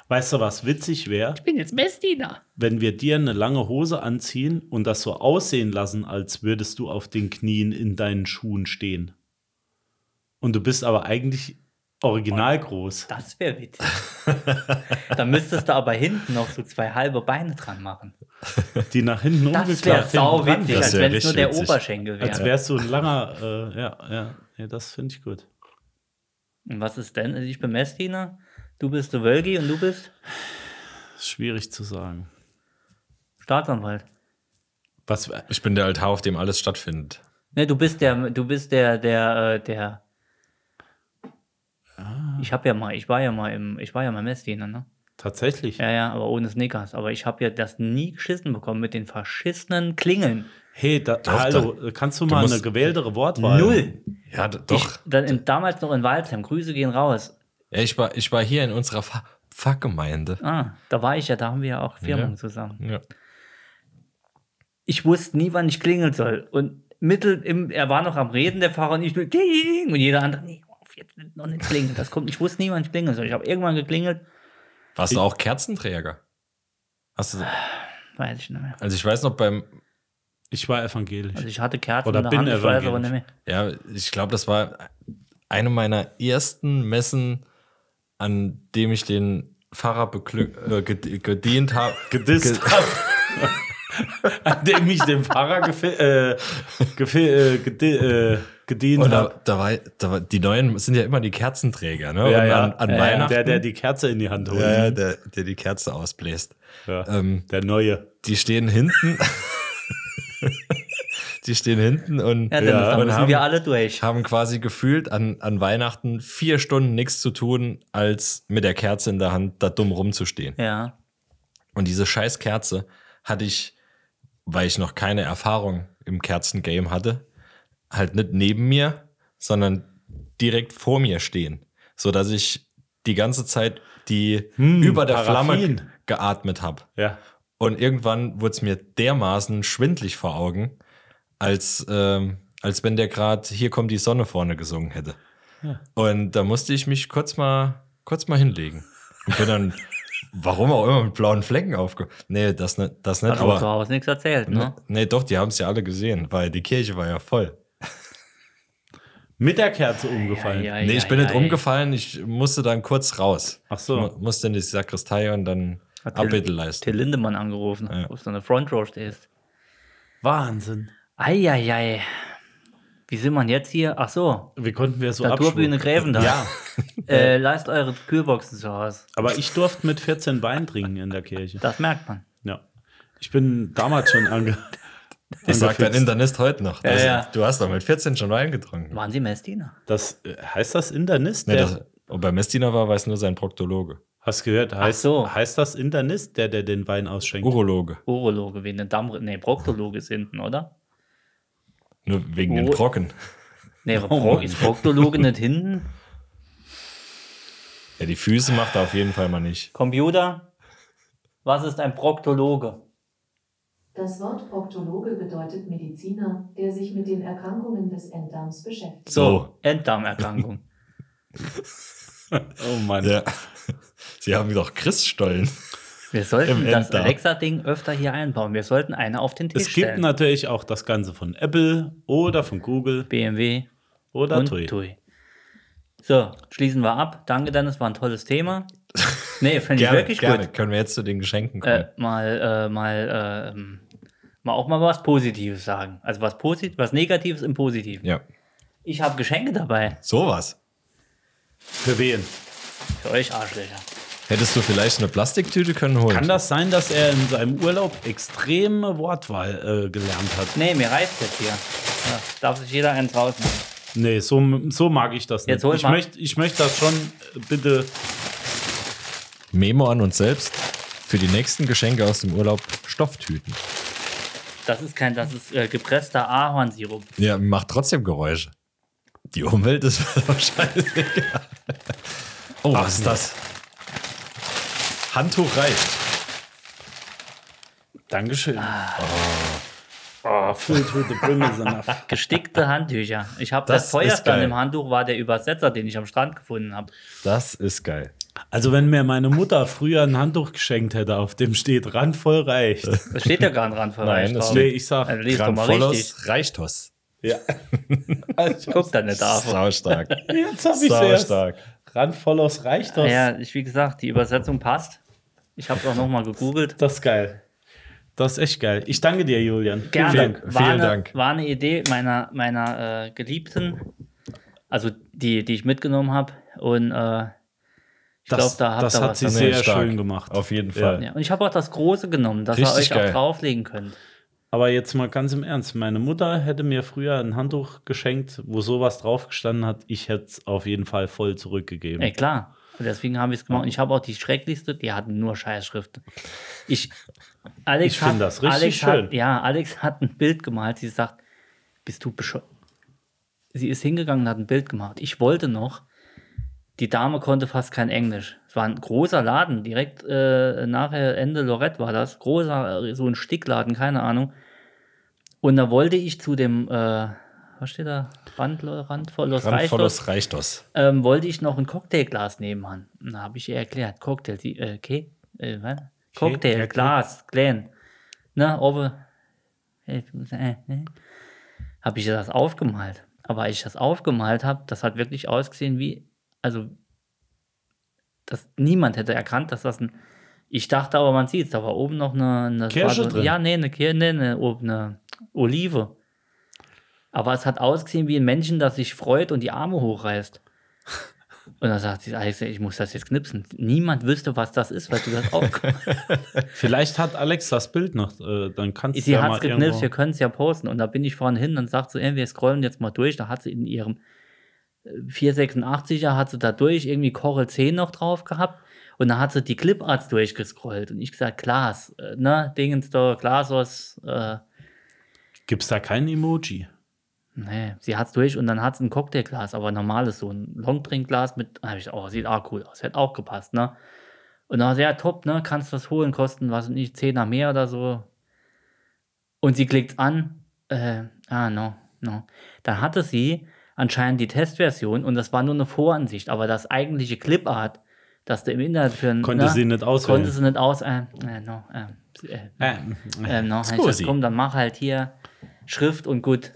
Speaker 2: Weißt du, was witzig wäre?
Speaker 1: ich bin jetzt Messdiener.
Speaker 2: Wenn wir dir eine lange Hose anziehen und das so aussehen lassen, als würdest du auf den Knien in deinen Schuhen stehen. Und du bist aber eigentlich original groß.
Speaker 1: Das wäre witzig. da müsstest du aber hinten noch so zwei halbe Beine dran machen.
Speaker 2: die nach hinten
Speaker 1: Das wäre
Speaker 2: umgeklappt hinten dran
Speaker 1: sauwitzig,
Speaker 2: sind.
Speaker 3: Das
Speaker 1: als
Speaker 3: wär
Speaker 1: wenn es nur
Speaker 3: richtig
Speaker 1: der
Speaker 3: witzig.
Speaker 1: Oberschenkel
Speaker 2: Als
Speaker 1: wäre.
Speaker 2: wärst du ein langer, äh, ja, ja, ja, das finde ich gut.
Speaker 1: Und was ist denn? Also Ich bin Messdiener, du bist der Wölgi und du bist
Speaker 2: Ist schwierig zu sagen.
Speaker 1: Staatsanwalt.
Speaker 2: Was, wär-
Speaker 3: Ich bin der Altar, auf dem alles stattfindet.
Speaker 1: Ne, du bist der, du bist der, der, äh, der.
Speaker 3: Ah.
Speaker 1: Ich habe ja mal, ich war ja mal im, ich war ja mal Messdiener, ne?
Speaker 2: tatsächlich.
Speaker 1: Ja, ja, aber ohne Snickers. Aber ich habe ja das nie geschissen bekommen mit den verschissenen Klingeln.
Speaker 2: Hey, da,
Speaker 3: Doch,
Speaker 2: hallo, äh,
Speaker 3: dann-
Speaker 2: kannst du
Speaker 3: du
Speaker 2: mal eine
Speaker 3: musst-
Speaker 2: gewähltere Wortwahl?
Speaker 1: Null.
Speaker 3: Ja, d- doch.
Speaker 1: Ich, dann in, damals noch in Walzheim. Grüße gehen raus.
Speaker 3: Ja, ich, war, ich war hier in unserer Fa- Pfarrgemeinde.
Speaker 1: Ah, da war ich ja, da haben wir ja auch Firmung
Speaker 3: Ja.
Speaker 1: zusammen.
Speaker 3: Ja.
Speaker 1: Ich wusste nie, wann ich klingeln soll. Und mittel im, er war noch am Reden, der Fahrer, und ich nur ding, und jeder andere, nee, auf, jetzt wird noch nicht klingeln. Das kommt, ich wusste nie, wann ich klingeln soll. Ich habe irgendwann geklingelt,
Speaker 3: Warst du auch Kerzenträger? Hast du,
Speaker 1: weiß ich nicht mehr.
Speaker 3: also ich weiß noch beim,
Speaker 2: Ich war evangelisch.
Speaker 1: Also ich hatte Kerzen
Speaker 2: Oder
Speaker 1: in der
Speaker 2: bin
Speaker 1: Hand, ich weiß aber
Speaker 2: evangelisch.
Speaker 1: nicht mehr.
Speaker 3: ja, ich glaube, das war eine meiner ersten Messen, an dem ich den Pfarrer beglück, äh, ged- gedient habe.
Speaker 2: Gedisst hat. An dem ich dem Pfarrer gefe äh, gefe äh, gedi äh, gedient
Speaker 3: Und da,
Speaker 2: habe.
Speaker 3: da, war, da war, die neuen sind ja immer die Kerzenträger, ne?
Speaker 2: Ja,
Speaker 3: und
Speaker 2: ja.
Speaker 3: an, an
Speaker 2: Ja, ja.
Speaker 3: Weihnachten,
Speaker 2: Der, der die Kerze in die Hand holt.
Speaker 3: ja, ja, der, der die Kerze ausbläst.
Speaker 2: Ja.
Speaker 3: Ähm,
Speaker 2: der neue.
Speaker 3: die stehen hinten. die stehen hinten und
Speaker 1: Ja, Dennis, da
Speaker 3: und
Speaker 1: müssen
Speaker 3: haben-
Speaker 1: wir alle durch.
Speaker 3: haben quasi gefühlt an, an Weihnachten vier Stunden nichts zu tun, als mit der Kerze in der Hand da dumm rumzustehen.
Speaker 1: Ja.
Speaker 3: Und diese scheiß Kerze hatte ich, weil ich noch keine Erfahrung im Kerzengame hatte, halt nicht neben mir, sondern direkt vor mir stehen, so dass ich die ganze Zeit die über der
Speaker 2: Paraffin.
Speaker 3: Flamme geatmet habe.
Speaker 2: Ja.
Speaker 3: Und irgendwann wurde es mir dermaßen schwindlig vor Augen, als, ähm, als wenn der gerade Hier kommt die Sonne vorne gesungen hätte. Und da musste ich mich kurz mal, kurz mal hinlegen. Und bin dann, warum auch immer, mit blauen Flecken aufge... Nee, das, nicht- das nicht,
Speaker 1: Hat aber zu
Speaker 3: aber...
Speaker 1: Hause nichts erzählt, ne?
Speaker 3: Nee, doch, die haben es ja alle gesehen, weil die Kirche war ja voll.
Speaker 2: Mit der Kerze umgefallen.
Speaker 1: Ja,
Speaker 3: Nee,
Speaker 1: ja,
Speaker 3: ich bin
Speaker 1: ja,
Speaker 3: nicht
Speaker 1: ja.
Speaker 3: umgefallen, ich musste dann kurz raus.
Speaker 2: Ach so.
Speaker 3: Mu- Musste in die Sakristei und dann
Speaker 1: Hat Till-
Speaker 3: Abbitte leisten.
Speaker 1: Till Lindemann angerufen,
Speaker 3: Ja.
Speaker 1: wo du in der Front Row stehst.
Speaker 2: Wahnsinn.
Speaker 1: Eieiei. Wie sind wir jetzt hier? Ach so,
Speaker 2: Wie konnten wir so
Speaker 1: Naturbühne Gräfen
Speaker 2: abschwuppen?
Speaker 1: da.
Speaker 2: Ja,
Speaker 1: Äh, lasst eure Kühlboxen zu Hause.
Speaker 2: aber ich durfte mit 14 Wein trinken in der Kirche.
Speaker 1: Das merkt man.
Speaker 2: Ja. Ich bin damals schon ange
Speaker 3: Ich sag dein
Speaker 2: angefixt.
Speaker 3: Internist heute noch. Das-
Speaker 1: ja.
Speaker 3: Du hast doch mit 14 schon Wein getrunken.
Speaker 1: Waren sie Messdiener?
Speaker 2: Das äh, heißt das Internist?
Speaker 3: Nee,
Speaker 2: der,
Speaker 3: das, und bei Messdiener war, weiß nur sein Proktologe.
Speaker 2: hast gehört, heißt,
Speaker 1: so. Oh,
Speaker 2: heißt das Internist, der, der den Wein ausschenkt?
Speaker 3: Urologe.
Speaker 1: Urologe wegen den Dammriss. Nee, Proktologe ist hinten, oder?
Speaker 3: Nur wegen
Speaker 1: Uro-
Speaker 3: den Brocken.
Speaker 1: Nee, aber Pro ist Proktologe nicht hinten?
Speaker 3: Ja, die Füße macht er auf jeden Fall mal nicht.
Speaker 1: Computer? Was ist ein Proktologe?
Speaker 4: Das Wort Proktologe bedeutet Mediziner, der sich mit den Erkrankungen des Enddarms beschäftigt.
Speaker 3: So.
Speaker 1: Enddarmerkrankung.
Speaker 2: Oh Mann.
Speaker 3: Ja. Sie haben doch Christstollen.
Speaker 1: Wir sollten
Speaker 3: Im
Speaker 1: das
Speaker 3: Enddarm.
Speaker 1: Alexa-Ding öfter hier einbauen. Wir sollten eine auf den Tisch
Speaker 2: Es gibt
Speaker 1: stellen.
Speaker 2: natürlich auch das Ganze von Apple oder von Google
Speaker 1: BMW
Speaker 2: oder
Speaker 1: und
Speaker 2: Tui.
Speaker 1: Tui. So, schließen wir ab. Danke, Dennis, war ein tolles Thema. Nee, finde ich
Speaker 3: Gerne,
Speaker 1: wirklich
Speaker 3: gerne.
Speaker 1: gut.
Speaker 3: Können wir jetzt zu den Geschenken kommen?
Speaker 1: Äh, mal, äh, mal, ähm, mal auch mal was Positives sagen. Also was Posit was Negatives im Positiven.
Speaker 3: Ja.
Speaker 1: Ich habe Geschenke dabei
Speaker 3: Sowas.
Speaker 2: Für wen?
Speaker 1: für euch Arschlöcher.
Speaker 3: Hättest du vielleicht eine Plastiktüte können holen?
Speaker 2: Kann das sein, dass er in seinem Urlaub extreme Wortwahl äh, gelernt hat?
Speaker 1: Nee, mir reicht jetzt hier. Ja, darf sich jeder eins rausnehmen.
Speaker 2: Nee, so, so mag ich das nicht.
Speaker 1: Jetzt hol
Speaker 2: ich,
Speaker 1: mal.
Speaker 2: möchte, ich möchte das schon äh, bitte.
Speaker 3: Memo an uns selbst. Für die nächsten Geschenke aus dem Urlaub Stofftüten.
Speaker 1: Das ist kein, das ist äh, gepresster Ahornsirup.
Speaker 3: Ja, macht trotzdem Geräusche. Die Umwelt ist wahrscheinlich. oh, was ist das? Handtuch reicht.
Speaker 2: Dankeschön. Oh. oh, full to the brim is enough.
Speaker 1: Gestickte Handtücher. Ich habe
Speaker 3: Das
Speaker 1: das,
Speaker 3: ist
Speaker 1: teuerste an
Speaker 3: geil.
Speaker 1: dem Handtuch war der Übersetzer, den ich am Strand gefunden habe.
Speaker 3: Das ist geil.
Speaker 2: Also, wenn mir meine Mutter früher ein Handtuch geschenkt hätte, auf dem steht randvoll reicht.
Speaker 1: Das steht ja gar nicht dran
Speaker 3: Nein, das
Speaker 1: das
Speaker 2: nee, ich sag.
Speaker 1: Also lies doch mal
Speaker 3: Gramvolos
Speaker 1: richtig.
Speaker 3: Reichtos.
Speaker 2: Ja.
Speaker 1: Guck da nicht auf.
Speaker 3: Sau stark.
Speaker 2: Jetzt hab ich's
Speaker 3: Sau
Speaker 2: erst.
Speaker 3: stark.
Speaker 2: Randvoll aus reicht das.
Speaker 1: Ja, ich, wie gesagt, die Übersetzung passt. Ich habe auch nochmal gegoogelt.
Speaker 2: Das ist geil. Das ist echt geil. Ich danke dir, Julian.
Speaker 1: Gerne.
Speaker 2: Vielen Dank.
Speaker 3: Vielen
Speaker 1: war, eine,
Speaker 3: Dank.
Speaker 1: war eine Idee meiner, meiner äh, Geliebten, also die, die ich mitgenommen habe. Und äh, ich glaube,
Speaker 2: Das,
Speaker 1: da habt
Speaker 2: das
Speaker 1: ihr
Speaker 2: hat
Speaker 1: was.
Speaker 2: sie
Speaker 1: davon.
Speaker 2: sehr
Speaker 3: Stark.
Speaker 2: schön gemacht.
Speaker 3: Auf jeden
Speaker 2: Ja.
Speaker 3: Fall.
Speaker 1: ja, und ich habe auch das Große genommen, dass ihr
Speaker 3: Richtig
Speaker 1: euch
Speaker 3: geil.
Speaker 1: auch drauflegen könnt.
Speaker 2: Aber jetzt mal ganz im Ernst. Meine Mutter hätte mir früher ein Handtuch geschenkt, wo sowas draufgestanden hat. Ich hätte es auf jeden Fall voll zurückgegeben.
Speaker 1: Ey, klar. Und deswegen habe ich es gemacht. Und ich habe auch die schrecklichste, die hatten nur Scheißschrift. Ich, Alex
Speaker 2: Ich
Speaker 1: hat,
Speaker 2: find das richtig
Speaker 1: Alex
Speaker 2: schön.
Speaker 1: Hat, ja, Alex hat ein Bild gemalt. Sie sagt, bist du bescheuert? Sie ist hingegangen und hat ein Bild gemacht. Ich wollte noch, die Dame konnte fast kein Englisch. Es war ein großer Laden, direkt äh, nachher Ende Lorette war das. Großer, äh, so ein Stickladen, keine Ahnung. Und da wollte ich zu dem, äh, was steht da? Rand, Rand, Rand, Rand,
Speaker 3: Randvolles Reichtos.
Speaker 1: ähm, wollte ich noch ein Cocktailglas nehmen, Mann. Da habe ich ihr erklärt, Cocktail, die, äh, Ke, äh, was? Cocktail,
Speaker 2: ja,
Speaker 1: Glas, Gläschen. Na, Obe. Äh, äh, äh. Habe ich ihr das aufgemalt. Aber als ich das aufgemalt habe, das hat wirklich ausgesehen wie, also, dass niemand hätte erkannt, dass das ein, ich dachte aber, man sieht es, da war oben noch eine, eine
Speaker 2: Kirsche
Speaker 1: war so-
Speaker 2: drin.
Speaker 1: Ja, nee, eine Kirsche, nee, eine, oben eine Olive. Aber es hat ausgesehen wie ein Menschen, das sich freut und die Arme hochreißt. Und dann sagt sie, Alex, ich muss das jetzt knipsen. Niemand wüsste, was das ist, weil du das auch.
Speaker 2: Vielleicht hat Alex das Bild noch, äh, dann kannst du
Speaker 1: sie
Speaker 2: ja
Speaker 1: hat
Speaker 2: mal
Speaker 1: es geknipst, wir
Speaker 2: irgendwo-
Speaker 1: können es ja posten. Und da bin ich vorhin hin und sagt so, ey, wir scrollen jetzt mal durch. Da hat sie in ihrem äh, 486er, hat sie da durch, irgendwie Coral 10 noch drauf gehabt. Und dann hat sie die Cliparts durchgescrollt. Und ich gesagt, Glas, äh, ne, Dingenstor, Glasos, äh,
Speaker 2: Gibt's da kein Emoji?
Speaker 1: Nee, sie hat's durch und dann hat's ein Cocktailglas, aber normales, so ein Longdrinkglas mit, hab ich, oh, sieht auch cool aus, hätte auch gepasst, ne? Und dann war sie, ja, top, ne? Kannst was holen, kosten, was nicht, Zehner mehr oder so. Und sie klickt an, äh, ah, no, no. Dann hatte sie anscheinend die Testversion und das war nur eine Voransicht, aber das eigentliche Clipart, das du im Internet für ein,
Speaker 2: Konnte
Speaker 1: ne,
Speaker 2: sie nicht auswählen.
Speaker 1: Konnte sie nicht aus, äh, äh, no, äh, äh, äh, no. Ich sag,
Speaker 2: Scusi.
Speaker 1: komm, dann mach halt hier Schrift und gut.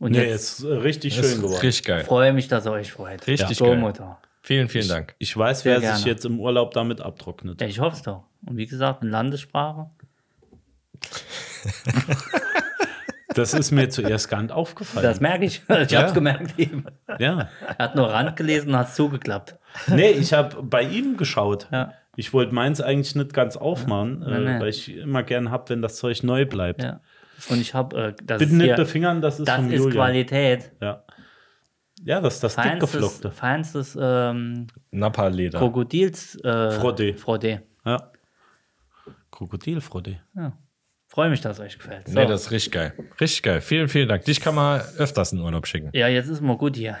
Speaker 1: Und
Speaker 2: Nee,
Speaker 1: jetzt
Speaker 2: ist äh, richtig
Speaker 3: Das
Speaker 2: schön
Speaker 3: ist
Speaker 2: geworden.
Speaker 3: Richtig geil.
Speaker 1: freue mich, dass ihr euch freut.
Speaker 3: Richtig
Speaker 1: so,
Speaker 3: geil.
Speaker 1: Mutter.
Speaker 3: Vielen, vielen Dank.
Speaker 2: Ich weiß,
Speaker 1: Sehr
Speaker 2: wer
Speaker 1: gerne.
Speaker 2: sich jetzt im Urlaub damit abtrocknet.
Speaker 1: Ja, ich hoffe es doch. Und wie gesagt, eine Landessprache.
Speaker 2: Das ist mir zuerst gar nicht aufgefallen.
Speaker 1: Das merke ich. Ich hab's
Speaker 2: Ja.
Speaker 1: gemerkt eben.
Speaker 2: ja.
Speaker 1: Er hat nur Rand gelesen und hat zugeklappt.
Speaker 2: Nee, ich habe bei ihm geschaut.
Speaker 1: Ja.
Speaker 2: Ich wollte meins eigentlich nicht ganz aufmachen,
Speaker 1: Nee, nee.
Speaker 2: Äh, weil ich immer gern hab, wenn das Zeug neu bleibt.
Speaker 1: Ja. Und ich habe, äh, das
Speaker 2: Bitte
Speaker 1: ist,
Speaker 2: nicht
Speaker 1: hier,
Speaker 2: befingern, das ist
Speaker 1: das
Speaker 2: von
Speaker 1: ist
Speaker 2: Julian.
Speaker 1: Qualität.
Speaker 2: ja. ja, das ist das
Speaker 1: Feinstes,
Speaker 2: dickgeflockte.
Speaker 1: feinstes ähm,
Speaker 3: Nappa-Leder.
Speaker 1: Krokodils. Äh,
Speaker 2: Frodde.
Speaker 1: Frodde.
Speaker 2: Ja. Krokodilfrodde.
Speaker 1: Freue mich, dass es euch gefällt. So.
Speaker 3: Nee, das ist richtig geil. Richtig geil. Vielen, vielen Dank. Dich kann man öfters in Urlaub schicken.
Speaker 1: ja, jetzt ist mal gut hier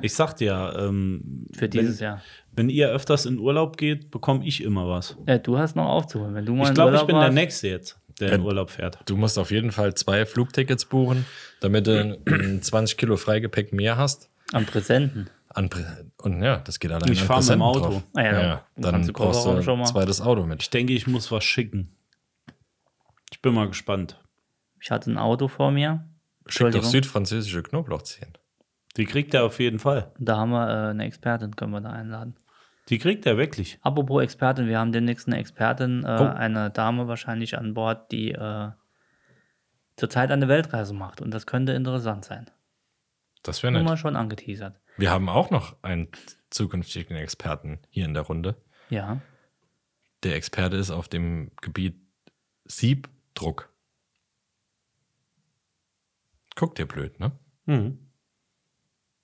Speaker 2: Ich sag dir, ähm,
Speaker 1: für dieses
Speaker 2: wenn,
Speaker 1: Jahr.
Speaker 2: wenn ihr öfters in Urlaub geht, bekomme ich immer was.
Speaker 1: Ja, du hast noch aufzuholen. Wenn du mal
Speaker 2: Ich
Speaker 1: in
Speaker 2: glaube, ich
Speaker 1: Urlaub
Speaker 2: bin der
Speaker 1: warst-
Speaker 2: Nächste jetzt, der in
Speaker 3: Wenn-
Speaker 2: Urlaub fährt.
Speaker 3: Du musst auf jeden Fall zwei Flugtickets buchen, damit du ein 20 Kilo Freigepäck mehr hast.
Speaker 1: Am Präsenten.
Speaker 3: An Prä- und ja, das geht allein
Speaker 2: Ich
Speaker 3: an
Speaker 2: fahr mit dem
Speaker 3: Präsenten
Speaker 2: Auto.
Speaker 3: drauf.
Speaker 1: Ah ja,
Speaker 3: ja,
Speaker 1: dann
Speaker 3: ja.
Speaker 1: kannst du
Speaker 3: Dann brauchst du
Speaker 1: Kofferraum schon
Speaker 3: ein
Speaker 1: mal.
Speaker 3: zweites Auto mit.
Speaker 2: Ich denke, ich muss was schicken. Ich bin mal gespannt.
Speaker 1: Ich hatte ein Auto vor mir.
Speaker 3: Schick doch
Speaker 1: Entschuldigung.
Speaker 3: südfranzösische Knoblauchzehen.
Speaker 2: Die kriegt er auf jeden Fall.
Speaker 1: Da haben wir äh, eine Expertin, können wir da einladen.
Speaker 2: Die kriegt er wirklich.
Speaker 1: Apropos Expertin, wir haben demnächst eine Expertin, äh,
Speaker 3: Oh.
Speaker 1: eine Dame wahrscheinlich an Bord, die äh, zurzeit eine Weltreise macht. Und das könnte interessant sein.
Speaker 3: Das wäre
Speaker 1: Nur mal
Speaker 3: nett.
Speaker 1: schon angeteasert.
Speaker 3: Wir haben auch noch einen zukünftigen Experten hier in der Runde.
Speaker 1: Ja.
Speaker 3: Der Experte ist auf dem Gebiet Siebdruck. Guck dir blöd, ne?
Speaker 2: Mhm.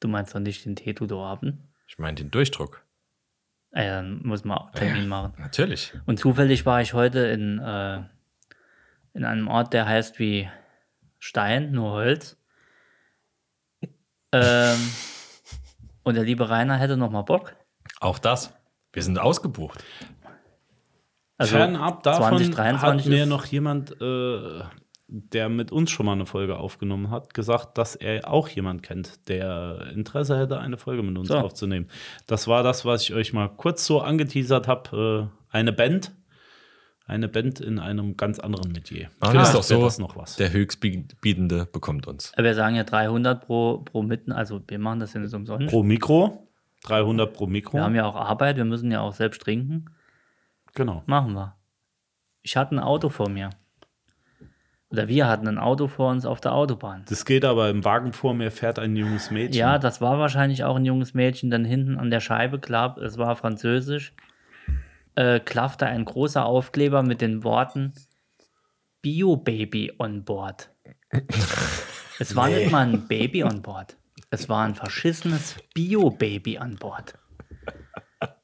Speaker 1: Du meinst doch nicht den Tetudo-Abend?
Speaker 3: Ich meine den Durchdruck.
Speaker 1: Äh, dann muss man auch einen Termin machen.
Speaker 3: Natürlich.
Speaker 1: Und zufällig war ich heute in, äh, in einem Ort, der heißt wie Stein, nur Holz. Ähm, und der liebe Rainer hätte noch mal Bock.
Speaker 3: Auch das. Wir sind ausgebucht.
Speaker 1: Also
Speaker 2: Fernab davon
Speaker 1: 2023
Speaker 2: hat mir
Speaker 1: ist-
Speaker 2: noch jemand, äh, der mit uns schon mal eine Folge aufgenommen hat, gesagt, dass er auch jemand kennt, der Interesse hätte, eine Folge mit uns
Speaker 1: So.
Speaker 2: aufzunehmen. Das war das, was ich euch mal kurz so angeteasert habe. Äh, eine Band. Eine Band in einem ganz anderen Metier.
Speaker 3: Machen wir es Ah, doch
Speaker 2: wär
Speaker 3: so.
Speaker 2: Das noch was.
Speaker 3: Der Höchstbietende bekommt uns.
Speaker 1: Wir sagen ja 300 pro, pro Mitten, also wir machen das ja nicht umsonst.
Speaker 2: Pro Mikro. 300 pro Mikro.
Speaker 1: Wir haben ja auch Arbeit, wir müssen ja auch selbst trinken.
Speaker 2: Genau.
Speaker 1: Machen wir. Ich hatte ein Auto vor mir. Oder wir hatten ein Auto vor uns auf der Autobahn.
Speaker 2: Das geht aber im Wagen vor mir fährt ein junges Mädchen.
Speaker 1: Ja, das war wahrscheinlich auch ein junges Mädchen. Dann hinten an der Scheibe klappt, es war französisch, äh, klaffte ein großer Aufkleber mit den Worten Bio-Baby on board. es war nicht mal ein Baby on board. Es war ein verschissenes Bio-Baby an Bord.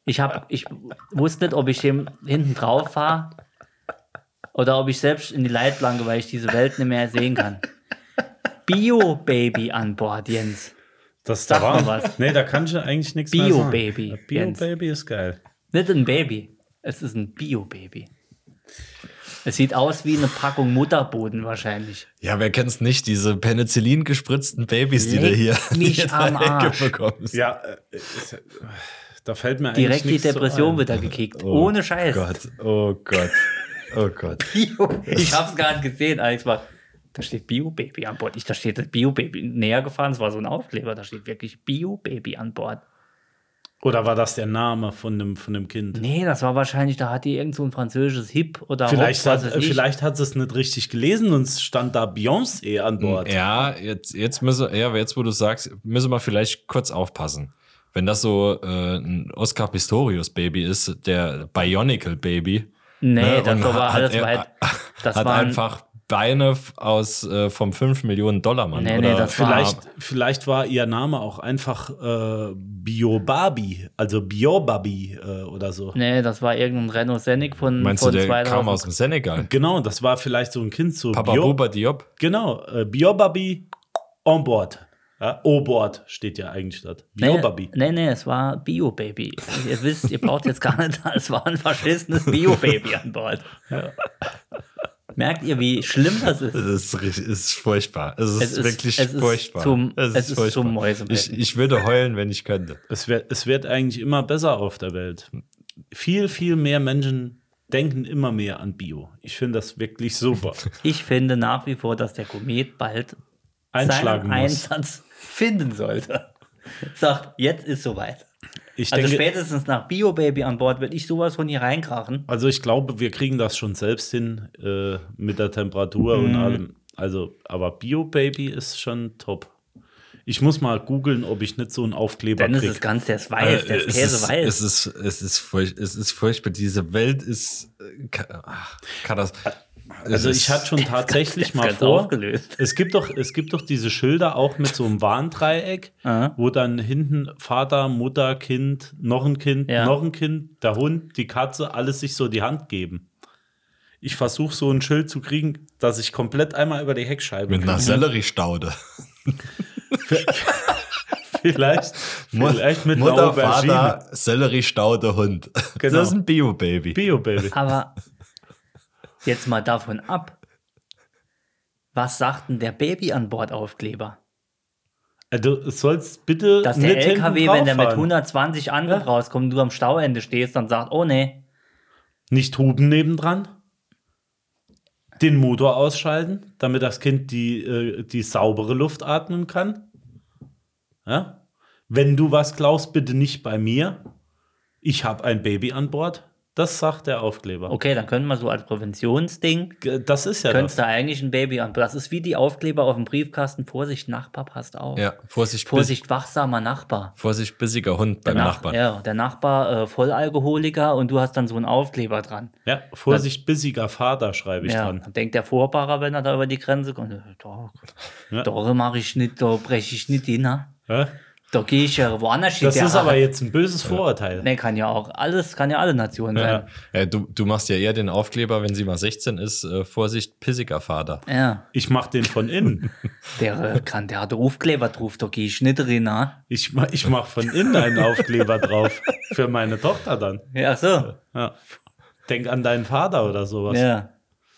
Speaker 1: Ich, hab, ich wusste nicht, ob ich dem hinten drauf fahre oder ob ich selbst in die Leitplanke, weil ich diese Welt nicht mehr sehen kann. Bio-Baby an Bord, Jens.
Speaker 2: Das
Speaker 1: Sag
Speaker 2: da war
Speaker 1: mal was.
Speaker 2: Nee, da kann ich eigentlich nichts mehr
Speaker 1: Bio
Speaker 2: sagen.
Speaker 1: Baby, Jens.
Speaker 2: Bio-Baby ist geil.
Speaker 1: Nicht ein Baby. Es ist ein Bio-Baby. Es sieht aus wie eine Packung Mutterboden wahrscheinlich.
Speaker 3: Ja, wer kennt's nicht, diese Penicillin gespritzten Babys, die du hier
Speaker 1: mich
Speaker 3: in der
Speaker 1: am
Speaker 3: Ecke
Speaker 1: Arsch.
Speaker 3: bekommst.
Speaker 2: Ja, äh, ist, äh, da fällt mir
Speaker 1: Direkt die
Speaker 2: eigentlich nichts
Speaker 1: Depression
Speaker 2: so ein.
Speaker 1: wird da gekickt.
Speaker 3: Oh
Speaker 1: Ohne Scheiß.
Speaker 3: Gott, oh Gott, oh Gott.
Speaker 1: Ich hab's gerade gesehen, Alex war. Da steht Bio-Baby an Bord. Ich, da steht das Bio-Baby näher gefahren. Es war so ein Aufkleber. Da steht wirklich Bio-Baby an Bord.
Speaker 2: Oder war das der Name von dem, von dem Kind?
Speaker 1: Nee, das war wahrscheinlich, da hat die irgend so ein französisches Hip oder
Speaker 2: Vielleicht
Speaker 1: Hop, was
Speaker 2: hat, äh,
Speaker 1: weiß ich.
Speaker 2: vielleicht hat sie es nicht richtig gelesen und es stand da Beyoncé an Bord.
Speaker 3: Ja, jetzt, jetzt müssen, ja, jetzt wo du sagst, müssen wir vielleicht kurz aufpassen. Wenn das so äh, ein Oscar Pistorius Baby ist, der Bionicle Baby.
Speaker 1: Nee,
Speaker 3: ne,
Speaker 1: das
Speaker 3: und
Speaker 1: war
Speaker 3: hat
Speaker 1: alles
Speaker 3: er-
Speaker 1: weit. Das
Speaker 3: hat
Speaker 1: waren-
Speaker 3: einfach Beine f- aus äh, vom 5 Millionen Dollar Mann.
Speaker 1: Nee, nee,
Speaker 3: oder
Speaker 1: das war-
Speaker 2: Vielleicht, vielleicht war ihr Name auch einfach äh, Bio Barbie, also Bio Barbie äh, oder so.
Speaker 1: Nee, das war irgendein Renault Scenic von,
Speaker 3: meinst du,
Speaker 1: von
Speaker 3: der
Speaker 1: 2000.
Speaker 3: kam aus dem Senegal?
Speaker 2: Genau, das war vielleicht so ein Kind so
Speaker 3: Papa
Speaker 2: Bio,
Speaker 3: Buba Diop.
Speaker 2: Genau, äh, Bio Barbie on board. Ja, O-Board steht ja eigentlich dort. Bio
Speaker 1: nee,
Speaker 2: Barbie.
Speaker 1: Nee, nee, es war Bio-Baby. ihr wisst, ihr braucht jetzt gar nicht, es war ein verschissenes Bio-Baby an Bord. Merkt ihr, wie schlimm das ist?
Speaker 3: Es ist, ri- es ist furchtbar. Es ist,
Speaker 1: Es ist-
Speaker 3: wirklich
Speaker 1: es ist
Speaker 3: furchtbar.
Speaker 1: zum- es ist zum Mäusemelken.
Speaker 3: ich, ich würde heulen, wenn ich könnte.
Speaker 2: Es wird, es wird eigentlich immer besser auf der Welt. Viel, viel mehr Menschen denken immer mehr an Bio. Ich finde das wirklich super.
Speaker 1: Ich finde nach wie vor, dass der Komet bald
Speaker 2: Einschlagen
Speaker 1: seinen
Speaker 2: muss.
Speaker 1: Einsatz finden sollte. Sagt, jetzt ist soweit.
Speaker 2: Ich
Speaker 1: also
Speaker 2: denke,
Speaker 1: spätestens nach Bio-Baby an Bord will ich sowas von hier reinkrachen.
Speaker 2: also ich glaube, wir kriegen das schon selbst hin äh, mit der Temperatur
Speaker 1: Mhm.
Speaker 2: und allem. Also, aber Bio Baby ist schon top. Ich muss mal googeln, ob ich nicht so einen Aufkleber
Speaker 1: Dennis
Speaker 2: kriege.
Speaker 1: ist ganz, der ist weiß, der
Speaker 3: Äh,
Speaker 1: ist
Speaker 3: es ist-
Speaker 1: käseweiß.
Speaker 3: Es ist, es, ist furch es ist furchtbar. Diese Welt ist. äh, ka- ach, Katastrophe.
Speaker 2: Also ich hatte schon
Speaker 1: ganz
Speaker 2: tatsächlich mal vor.
Speaker 1: aufgelöst.
Speaker 2: Es gibt doch, es gibt doch diese Schilder auch mit so einem Warndreieck,
Speaker 1: Aha.
Speaker 2: wo dann hinten Vater, Mutter, Kind, noch ein Kind,
Speaker 1: Ja.
Speaker 2: noch ein Kind, der Hund, die Katze, alles sich so die Hand geben. Ich versuche so ein Schild zu kriegen, dass ich komplett einmal über die Heckscheibe
Speaker 3: Mit einer
Speaker 2: kann.
Speaker 3: Selleriestaude.
Speaker 2: vielleicht, vielleicht mit einer
Speaker 3: Mutter,
Speaker 2: Aubergine.
Speaker 3: Vater, Selleriestaude, Hund.
Speaker 2: Genau.
Speaker 3: Das ist ein Bio-Baby.
Speaker 2: Bio Baby.
Speaker 1: Aber jetzt mal davon ab. Was sagt denn der Baby an Bord Aufkleber?
Speaker 2: Also, du sollst bitte
Speaker 1: Dass der
Speaker 2: nicht hinten
Speaker 1: LKW, wenn der mit
Speaker 2: drauffahren.
Speaker 1: 120 Antritt rauskommt und du am Stauende stehst, dann sagt, oh nee,
Speaker 2: Nicht huben nebendran. Den Motor ausschalten, damit das Kind die, äh, die saubere Luft atmen kann. Ja? Wenn du was klaust, bitte nicht bei mir. Ich habe ein Baby an Bord. Das sagt der Aufkleber.
Speaker 1: okay, dann können wir so als Präventionsding,
Speaker 2: G- Das ist ja
Speaker 1: könntest
Speaker 2: das.
Speaker 1: du eigentlich ein Baby an. Das ist wie die Aufkleber auf dem Briefkasten. Vorsicht, Nachbar, passt auf.
Speaker 3: Ja, Vorsicht, Vorsicht.
Speaker 1: Vorsicht, wachsamer Nachbar.
Speaker 3: Bis, Vorsicht, bissiger Hund beim
Speaker 1: Der Nach-
Speaker 3: Nachbarn.
Speaker 1: Ja, der Nachbar äh, Vollalkoholiker und du hast dann so einen Aufkleber dran.
Speaker 2: Ja, Vorsicht, bissiger Vater schreibe ich
Speaker 1: ja,
Speaker 2: dran.
Speaker 1: dann denkt der Vorfahrer, wenn er da über die Grenze kommt, äh, da,
Speaker 2: Ja.
Speaker 1: da mache ich nicht, da breche ich nicht hin. ne?
Speaker 2: Ja?
Speaker 1: Da gehe ich ja woanders hin.
Speaker 2: Das
Speaker 1: der
Speaker 2: ist aber
Speaker 1: Haare.
Speaker 2: jetzt ein böses Vorurteil.
Speaker 1: Nee, kann ja auch alles, kann ja alle Nationen
Speaker 3: Ja.
Speaker 1: sein.
Speaker 3: Äh, du, du machst ja eher den Aufkleber, wenn sie mal 16 ist. Äh, Vorsicht, pissiger Vater.
Speaker 1: Ja,
Speaker 2: Ich mache den von innen.
Speaker 1: der äh, kann, der hat Aufkleber drauf, da gehe ich nicht drin. ne?
Speaker 2: Ich, ma- ich mache von innen einen Aufkleber drauf. Für meine Tochter dann.
Speaker 1: Ja, ach so.
Speaker 2: Ja. Denk an deinen Vater oder sowas.
Speaker 1: Ja.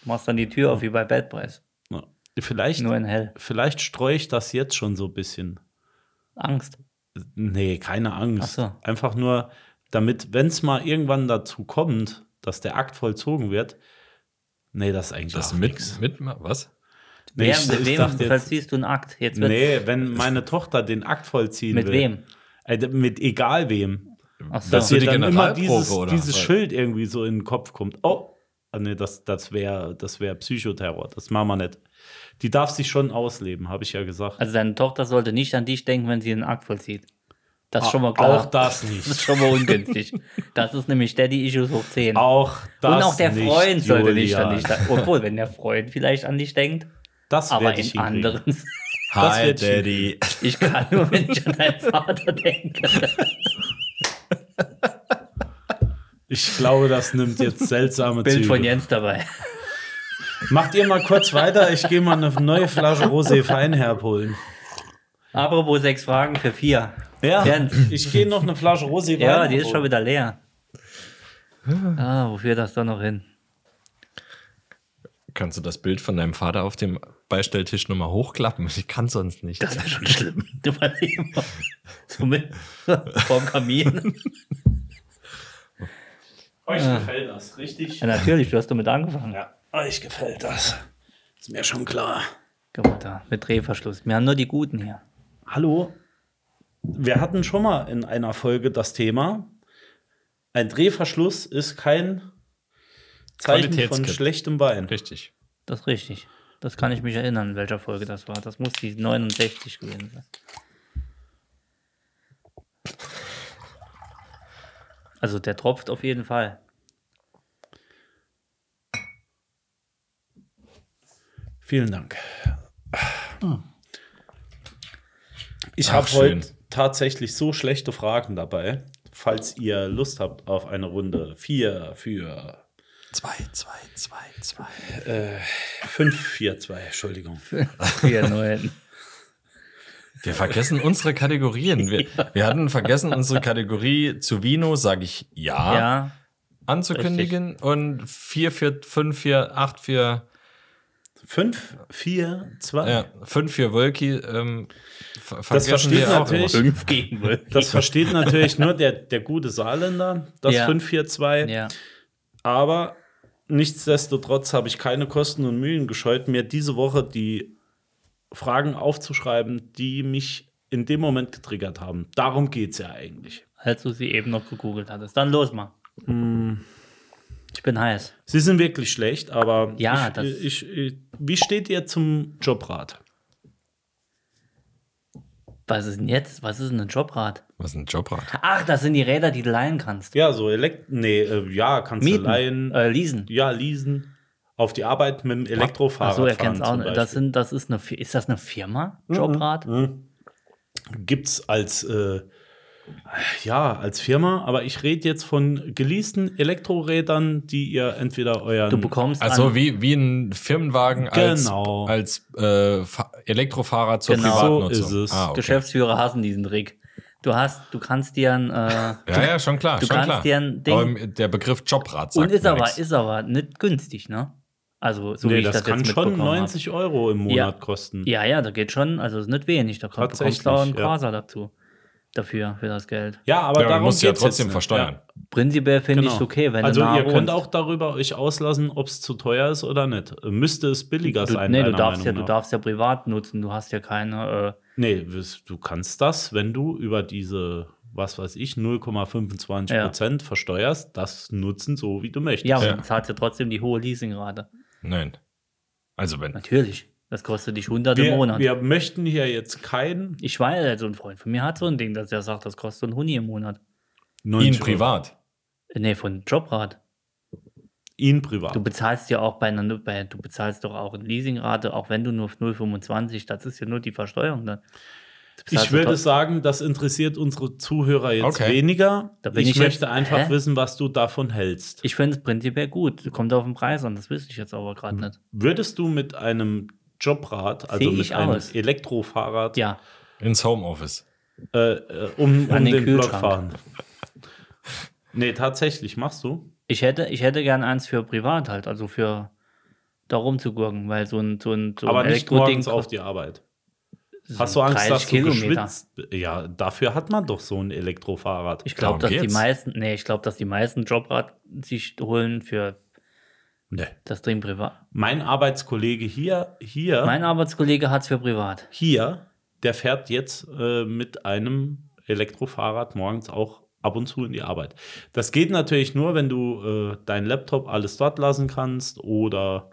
Speaker 1: Machst dann die Tür auf wie bei Bad Boys.
Speaker 2: Ja. Vielleicht,
Speaker 1: Nur in hell.
Speaker 2: vielleicht streue ich das jetzt schon so ein bisschen.
Speaker 1: Angst.
Speaker 2: Nee, keine Angst.
Speaker 1: Ach so.
Speaker 2: Einfach nur, damit, wenn es mal irgendwann dazu kommt, dass der Akt vollzogen wird, nee, das ist eigentlich
Speaker 3: Das
Speaker 2: auch
Speaker 3: mit,
Speaker 2: nix.
Speaker 3: mit, was?
Speaker 2: Nee,
Speaker 1: Wer,
Speaker 2: ich,
Speaker 1: mit
Speaker 2: ich
Speaker 1: wem
Speaker 2: dachte jetzt,
Speaker 1: verziehst du einen Akt? Jetzt wird,
Speaker 2: nee, wenn meine Tochter den Akt vollziehen
Speaker 1: mit
Speaker 2: will.
Speaker 1: wem?
Speaker 2: Äh, mit egal wem.
Speaker 1: Ach so.
Speaker 2: Dass
Speaker 3: so
Speaker 2: ihr
Speaker 3: die
Speaker 2: dann immer
Speaker 3: Generalprobe,
Speaker 2: dieses,
Speaker 3: oder?
Speaker 2: dieses
Speaker 3: Weil-
Speaker 2: Schild irgendwie so in den Kopf kommt. Oh, ah, nee, das, das wäre das wär Psychoterror. Das machen wir nicht. Die darf sich schon ausleben, habe ich ja gesagt.
Speaker 1: Also deine Tochter sollte nicht an dich denken, wenn sie einen Akt vollzieht. Das ist schon mal klar.
Speaker 2: Ah, Auch das
Speaker 1: Das ist
Speaker 2: nicht.
Speaker 1: schon mal ungünstig. das ist nämlich Daddy Issues hoch 10.
Speaker 2: Auch das
Speaker 1: Und auch der
Speaker 2: nicht,
Speaker 1: Freund sollte nicht
Speaker 2: Julian.
Speaker 1: an dich denken. Obwohl, wenn der Freund vielleicht an dich denkt,
Speaker 2: Das
Speaker 1: aber
Speaker 2: werde ich
Speaker 1: in
Speaker 2: hinkriegen.
Speaker 1: anderen.
Speaker 3: Hi,
Speaker 2: wird
Speaker 3: Daddy.
Speaker 1: Ich kann nur, wenn ich an deinen Vater denke.
Speaker 2: Ich glaube, das nimmt jetzt seltsame
Speaker 1: Bild
Speaker 2: Züge.
Speaker 1: von Jens dabei.
Speaker 2: Macht ihr mal kurz weiter, ich gehe mal eine neue Flasche Rosé Feinherb holen.
Speaker 1: Apropos sechs Fragen für vier.
Speaker 2: Ja,
Speaker 1: Jens.
Speaker 2: ich gehe noch eine Flasche Rosé
Speaker 1: Ja,
Speaker 2: Wein
Speaker 1: die ist schon
Speaker 2: holen.
Speaker 1: wieder leer. Ah, wofür das doch noch hin?
Speaker 3: Kannst du das Bild von deinem Vater auf dem Beistelltisch nochmal hochklappen? Ich kann sonst nicht.
Speaker 1: Das wäre schon schlimm. Du warst immer so mit vorm Kamin.
Speaker 2: Euch
Speaker 1: Ah.
Speaker 2: gefällt das, richtig?
Speaker 1: Ja, natürlich, du hast damit angefangen.
Speaker 2: Ja, euch gefällt das. Ist mir schon klar.
Speaker 1: Guck mal da, mit Drehverschluss. Wir haben nur die guten hier.
Speaker 2: Hallo. Wir hatten schon mal in einer Folge das Thema, ein Drehverschluss ist kein Zeichen von
Speaker 3: Qualitätskritik.
Speaker 2: schlechtem Wein.
Speaker 3: Richtig.
Speaker 1: Das ist richtig. Das kann ich mich erinnern, in welcher Folge das war. Das muss die 69 gewesen sein. Also der tropft auf jeden Fall.
Speaker 2: Vielen Dank. Ich
Speaker 3: Ach,
Speaker 2: habe
Speaker 3: schön.
Speaker 2: heute tatsächlich so schlechte Fragen dabei. Falls ihr Lust habt auf eine Runde 4 für
Speaker 3: Zwei, zwei, zwei, zwei.
Speaker 2: 5, 4, 2, Entschuldigung.
Speaker 1: Vier neuen.
Speaker 3: Wir vergessen unsere Kategorien. Wir, wir hatten vergessen, unsere Kategorie zu Vino, sage ich ja,
Speaker 1: Ja,
Speaker 3: anzukündigen. Und 4, 4, 5, 4, 8, 4,
Speaker 2: 5, 4, 2.
Speaker 3: ja, 5, 4 Wölki. Ähm, ver- vergessen
Speaker 2: versteht
Speaker 3: wir auch
Speaker 2: natürlich-
Speaker 3: immer.
Speaker 1: fünf gegen wohl.
Speaker 2: Das versteht natürlich nur der, der gute Saarländer, das
Speaker 1: Ja.
Speaker 2: 5, 4, 2.
Speaker 1: Ja.
Speaker 2: Aber nichtsdestotrotz habe ich keine Kosten und Mühen gescheut, mir diese Woche die Fragen aufzuschreiben, die mich in dem Moment getriggert haben. Darum geht es ja eigentlich.
Speaker 1: als du sie eben noch gegoogelt hattest. Dann los mal.
Speaker 2: Hm.
Speaker 1: Ich bin heiß.
Speaker 2: Sie sind wirklich schlecht, aber
Speaker 1: Ja,
Speaker 2: ich,
Speaker 1: das-
Speaker 2: ich, ich, wie steht ihr zum Jobrat?
Speaker 1: Was ist denn jetzt? Was ist denn ein Jobrad?
Speaker 3: Was ist ein Jobrad?
Speaker 1: Ach, das sind die Räder, die du leihen kannst.
Speaker 2: Ja, so Elekt... Nee, äh, ja, kannst du
Speaker 1: Mieten.
Speaker 2: leihen,
Speaker 1: Äh, leasen.
Speaker 2: ja, leasen, auf die Arbeit mit dem Elektrofahrrad
Speaker 1: Achso, er
Speaker 2: fahren
Speaker 1: kennt es auch.
Speaker 2: zum
Speaker 1: nicht.
Speaker 2: Beispiel. Mhm,
Speaker 1: Das sind, das ist, eine, Fi- ist das eine Firma? Jobrad?
Speaker 2: gibt es als, äh, ja, als Firma, aber ich rede jetzt von geleasten Elektrorädern, die ihr entweder euren.
Speaker 1: Du bekommst
Speaker 3: Also
Speaker 1: an,
Speaker 3: wie, wie ein Firmenwagen als,
Speaker 2: Genau.
Speaker 3: als äh, Fa- Elektrofahrer zur
Speaker 1: Genau.
Speaker 3: Privatnutzung.
Speaker 2: So ist es.
Speaker 3: Ah, okay.
Speaker 1: Geschäftsführer hassen diesen Trick. Du hast, du kannst dir ein äh,
Speaker 3: Ja, ja, schon klar.
Speaker 1: Du
Speaker 3: schon
Speaker 1: kannst
Speaker 3: klar.
Speaker 1: dir ein Ding-
Speaker 3: Aber im- der Begriff Jobrad sagt
Speaker 1: und ist
Speaker 3: mir
Speaker 1: aber,
Speaker 3: nix.
Speaker 1: ist aber nicht günstig, ne? Also so wie
Speaker 2: nee,
Speaker 1: ich
Speaker 2: das,
Speaker 1: das,
Speaker 2: kann
Speaker 1: jetzt
Speaker 2: schon
Speaker 1: mitbekommen hab.
Speaker 2: 90 Euro im Monat kosten.
Speaker 1: Ja, ja, da geht schon, also ist nicht wenig. Da kommt, bekommst du auch einen
Speaker 2: Tatsächlich, ja.
Speaker 1: Quasar dazu. Dafür, für das Geld.
Speaker 2: Ja, aber
Speaker 3: ja,
Speaker 2: darum
Speaker 3: man muss ja
Speaker 2: geht's jetzt
Speaker 3: trotzdem
Speaker 2: nicht.
Speaker 3: versteuern.
Speaker 1: Prinzipiell
Speaker 2: Ja,
Speaker 1: finde
Speaker 2: genau.
Speaker 1: ich es okay, wenn
Speaker 2: also
Speaker 1: du nah
Speaker 2: ihr könnt
Speaker 1: wohnst.
Speaker 2: auch darüber euch auslassen, ob es zu teuer ist oder nicht. Müsste es billiger
Speaker 1: du,
Speaker 2: sein?
Speaker 1: nee, du
Speaker 2: deiner
Speaker 1: darfst ja,
Speaker 2: Meinung
Speaker 1: du
Speaker 2: nach?
Speaker 1: darfst ja privat nutzen. Du hast ja keine. äh,
Speaker 2: Nee, wis- du kannst das, wenn du über diese, was weiß ich, 0,25
Speaker 1: Ja.
Speaker 2: Prozent versteuerst, das nutzen, so wie du
Speaker 1: Äh,
Speaker 2: möchtest.
Speaker 1: ja, aber
Speaker 3: Ja.
Speaker 1: dann zahlst du trotzdem die hohe Leasingrate.
Speaker 3: Nein. Also wenn.
Speaker 1: Natürlich. Das kostet dich hunderte Also im
Speaker 2: wir,
Speaker 1: Monat.
Speaker 2: wir möchten hier jetzt kein
Speaker 1: Ich weiß, also ein Freund von mir hat so ein Ding, dass er sagt, das kostet ein Huni im Monat.
Speaker 2: 90
Speaker 3: Ihn
Speaker 2: Euro.
Speaker 3: privat.
Speaker 1: Äh, Nee, von Jobrad.
Speaker 2: Ihn privat.
Speaker 1: Du bezahlst ja auch bei einer, bei, du bezahlst doch auch eine Leasingrate, auch wenn du nur auf 0,25, das ist ja nur die Versteuerung dann. Du bezahlst
Speaker 2: ich
Speaker 1: ja
Speaker 2: würde
Speaker 1: trotzdem-
Speaker 2: sagen, das interessiert unsere Zuhörer jetzt
Speaker 3: Okay.
Speaker 2: weniger.
Speaker 1: Da bin
Speaker 2: ich,
Speaker 1: ich jetzt-
Speaker 2: möchte einfach
Speaker 1: Hä?
Speaker 2: wissen, was du davon hältst.
Speaker 1: Ich finde es prinzipiell gut. Kommt auf den Preis an, das wüsste ich jetzt aber
Speaker 2: Mhm.
Speaker 1: gerade nicht.
Speaker 2: Würdest du mit einem Jobrad, also
Speaker 1: Sehe
Speaker 2: mit
Speaker 1: ich
Speaker 2: einem
Speaker 1: aus.
Speaker 2: Elektrofahrrad,
Speaker 1: Ja,
Speaker 3: Ins Homeoffice.
Speaker 2: äh, äh, um, um
Speaker 1: An
Speaker 2: den,
Speaker 1: den
Speaker 2: Block
Speaker 1: Kühlschrank.
Speaker 2: fahren? nee, tatsächlich, machst du?
Speaker 1: Ich hätte, ich hätte gern eins für privat halt, also für da rumzugurken, weil so ein, so ein, so
Speaker 2: Aber
Speaker 1: ein
Speaker 2: nicht morgens
Speaker 1: kostet
Speaker 2: auf die Arbeit.
Speaker 1: so
Speaker 2: Hast du
Speaker 1: 30
Speaker 2: Angst, dass du
Speaker 1: Kilometer.
Speaker 2: geschwitzt? Ja, dafür hat man doch so ein Elektrofahrrad.
Speaker 1: Ich glaube,
Speaker 3: Darum
Speaker 1: dass die
Speaker 3: geht's.
Speaker 1: meisten, nee, ich glaube, dass die meisten Jobrad sich holen für
Speaker 2: Nee.
Speaker 1: das Ding privat.
Speaker 2: Mein Arbeitskollege hier, hier,
Speaker 1: Mein Arbeitskollege hat es für privat.
Speaker 2: hier, der fährt jetzt äh, mit einem Elektrofahrrad morgens auch ab und zu in die Arbeit. Das geht natürlich nur, wenn du äh, deinen Laptop alles dort lassen kannst oder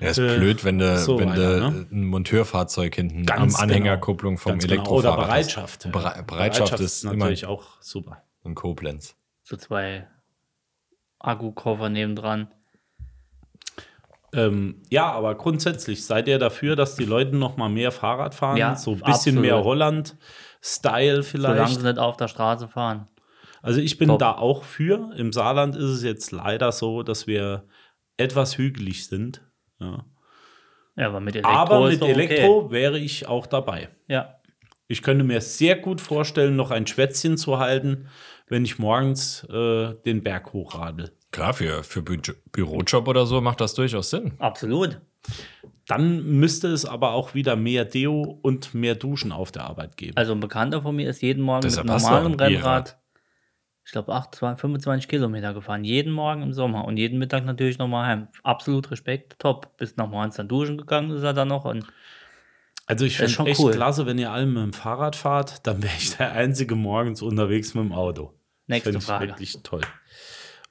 Speaker 3: Ja, ist
Speaker 2: Äh,
Speaker 3: blöd, wenn du,
Speaker 2: so
Speaker 3: wenn
Speaker 2: weiter,
Speaker 3: du
Speaker 2: ne?
Speaker 3: ein Monteurfahrzeug hinten
Speaker 2: Ganz genau.
Speaker 3: am Anhängerkupplung vom
Speaker 2: Ganz genau.
Speaker 3: Elektrofahrrad
Speaker 2: Oder
Speaker 3: hast.
Speaker 2: Bereitschaft.
Speaker 3: Bere- Bereitschaft ist immer
Speaker 2: natürlich auch super.
Speaker 3: in Koblenz.
Speaker 1: So zwei Akkukoffer nebendran.
Speaker 2: Ähm, ja, aber grundsätzlich seid ihr dafür, dass die Leute noch mal mehr Fahrrad fahren,
Speaker 1: Ja,
Speaker 2: so ein bisschen
Speaker 1: absolut.
Speaker 2: mehr
Speaker 1: Solange
Speaker 2: Holland-Style vielleicht.
Speaker 1: sie nicht auf der Straße fahren.
Speaker 2: Also ich bin
Speaker 1: Top.
Speaker 2: da auch für. Im Saarland ist es jetzt leider so, dass wir etwas hügelig sind. Ja.
Speaker 1: Ja, aber mit Elektro.
Speaker 2: Aber
Speaker 1: ist
Speaker 2: mit
Speaker 1: doch okay.
Speaker 2: Elektro wäre ich auch dabei.
Speaker 1: Ja.
Speaker 2: Ich könnte mir sehr gut vorstellen, noch ein Schwätzchen zu halten, wenn ich morgens äh, den Berg hochradel.
Speaker 3: Klar, für, für Bü Bürojob oder so macht das durchaus Sinn.
Speaker 1: Absolut.
Speaker 2: Dann müsste es aber auch wieder mehr Deo und mehr Duschen auf der Arbeit geben.
Speaker 1: Also ein Bekannter von mir ist jeden Morgen
Speaker 3: Deshalb
Speaker 1: mit
Speaker 3: hast du auch
Speaker 1: normalem
Speaker 3: ein
Speaker 1: Rennrad,
Speaker 3: E-Rad.
Speaker 1: ich glaube, 8, 25 Kilometer gefahren. Jeden Morgen im Sommer und jeden Mittag natürlich nochmal heim. Absolut Respekt, top. Bis noch morgens dann duschen gegangen ist er dann noch. Und
Speaker 2: Also ich
Speaker 1: Das ist
Speaker 2: finde
Speaker 1: schon
Speaker 2: echt
Speaker 1: cool.
Speaker 2: klasse, wenn ihr alle mit dem Fahrrad fahrt, dann wäre ich der Einzige morgens unterwegs mit dem Auto. Das
Speaker 1: Nächste
Speaker 2: fänd ich
Speaker 1: Frage.
Speaker 2: Wirklich toll.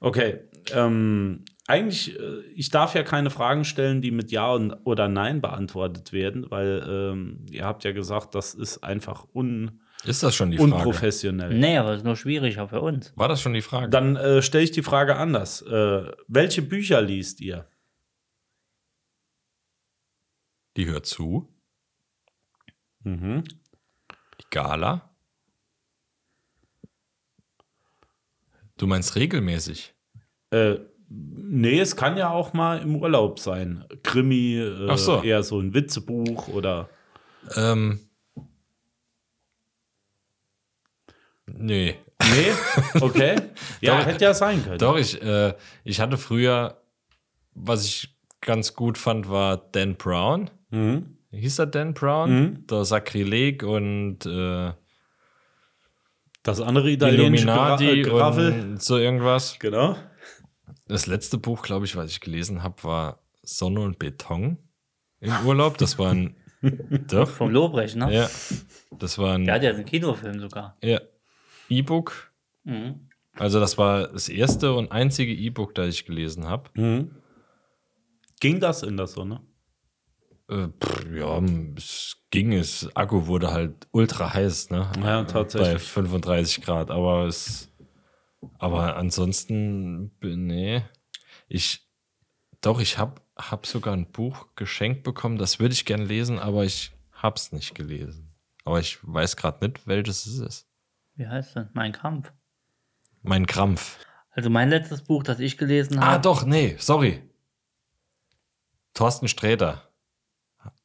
Speaker 2: Okay, ähm, eigentlich, äh, ich darf ja keine Fragen stellen, die mit Ja und, oder Nein beantwortet werden, weil ähm, ihr habt ja gesagt, das ist einfach un,
Speaker 3: Ist das schon die Frage?
Speaker 2: unprofessionell.
Speaker 1: nee, aber ist nur schwieriger für uns.
Speaker 3: War das schon die Frage?
Speaker 2: Dann äh, stelle ich die Frage anders. Äh, welche Bücher liest ihr?
Speaker 3: Die hört zu.
Speaker 2: Mhm.
Speaker 3: Die Gala. Du meinst regelmäßig?
Speaker 2: Äh, nee, es kann ja auch mal im Urlaub sein. Krimi, äh,
Speaker 3: Ach so.
Speaker 2: eher so ein Witzebuch oder.
Speaker 3: Ähm. Nee.
Speaker 2: Nee, okay. ja,
Speaker 3: Doch.
Speaker 2: hätte ja sein können.
Speaker 3: Doch, ich, äh, ich hatte früher, was ich ganz gut fand, war Dan Brown.
Speaker 2: Mhm.
Speaker 3: Hieß er Dan Brown? Der Sakrileg und äh,
Speaker 2: Das andere italienische Gra- äh,
Speaker 3: Illuminati
Speaker 2: Geraffel.
Speaker 3: und so irgendwas.
Speaker 2: Genau.
Speaker 3: Das letzte Buch, glaube ich, was ich gelesen habe, war Sonne und Beton im Urlaub. Das war ein. Doch.
Speaker 1: Vom Lobrecht, ne?
Speaker 3: Ja. Das war ein.
Speaker 1: Der hat ja einen Kinofilm sogar.
Speaker 3: Ja. E-Book.
Speaker 1: Mhm.
Speaker 3: Also das war das erste und einzige E-Book, das ich gelesen habe.
Speaker 2: Mhm. Ging das ne? in der Sonne?
Speaker 3: Äh, pff, ja, es ging es. Akku wurde halt ultra heiß, ne?
Speaker 2: Ja,
Speaker 3: Bei
Speaker 2: tatsächlich.
Speaker 3: 35 Grad. Aber es. Aber ansonsten, bin- nee. Ich. Doch, ich habe hab sogar ein Buch geschenkt bekommen. Das würde ich gerne lesen, aber ich hab's nicht gelesen. Aber ich weiß gerade nicht, welches es ist.
Speaker 1: Wie heißt das? Mein Kampf.
Speaker 3: Mein Krampf.
Speaker 1: Also mein letztes Buch, das ich gelesen
Speaker 3: Ah,
Speaker 1: habe.
Speaker 3: doch, nee, sorry. Thorsten Sträter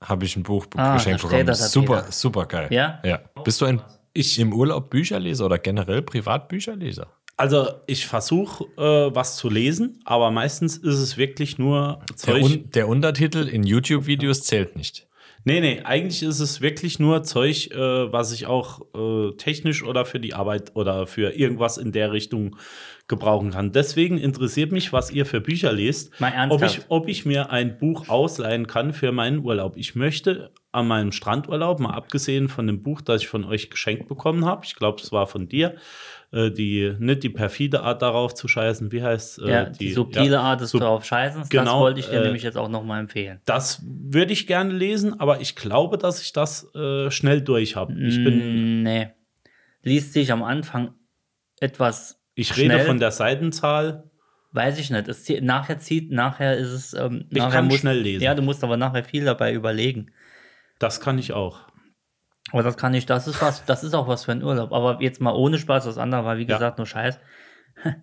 Speaker 3: habe ich ein Buch be-
Speaker 1: Ah,
Speaker 3: geschenkt
Speaker 1: der
Speaker 3: bekommen.
Speaker 1: Sträter, der
Speaker 3: super,
Speaker 1: Peter.
Speaker 3: super geil.
Speaker 1: Ja?
Speaker 3: ja. Bist du ein, im Urlaub Bücherleser oder generell Privatbücherleser?
Speaker 2: Also, ich versuche, äh, was zu lesen, aber meistens ist es wirklich nur
Speaker 3: Der,
Speaker 2: Zeug.
Speaker 3: un, der Untertitel in YouTube-Videos zählt nicht.
Speaker 2: Nee, nee, eigentlich ist es wirklich nur Zeug, äh, was ich auch äh, technisch oder für die Arbeit oder für irgendwas in der Richtung gebrauchen kann. Deswegen interessiert mich, was ihr für Bücher lest.
Speaker 1: Mal
Speaker 2: ob
Speaker 1: ernsthaft?
Speaker 2: ich, ob ich mir ein Buch ausleihen kann für meinen Urlaub. Ich möchte an meinem Strandurlaub, mal abgesehen von dem Buch, das ich von euch geschenkt bekommen habe, ich glaube, es war von dir, äh, die, nicht die perfide Art darauf zu scheißen, wie heißt äh,
Speaker 1: ja, die, subtile Art des
Speaker 2: Sub-
Speaker 1: drauf Scheißens. das
Speaker 2: Genau,
Speaker 1: wollte ich dir
Speaker 2: äh,
Speaker 1: nämlich jetzt auch nochmal empfehlen.
Speaker 2: Das würde ich gerne lesen, aber ich glaube, dass ich das äh, schnell durch habe. Ich bin
Speaker 1: Mm, Nee. Liest sich am Anfang etwas.
Speaker 2: Ich rede
Speaker 1: schnell.
Speaker 2: von der Seitenzahl.
Speaker 1: Weiß ich nicht. Es zieht, nachher zieht, nachher ist es. Ähm,
Speaker 2: Ich
Speaker 1: nachher
Speaker 2: kann
Speaker 1: musst-
Speaker 2: schnell lesen.
Speaker 1: Ja, du musst aber nachher viel dabei überlegen.
Speaker 2: Das kann ich auch.
Speaker 1: Aber das kann ich, das ist was, das ist auch was für einen Urlaub. Aber jetzt mal ohne Spaß, das andere war wie
Speaker 2: Ja.
Speaker 1: gesagt nur Scheiß.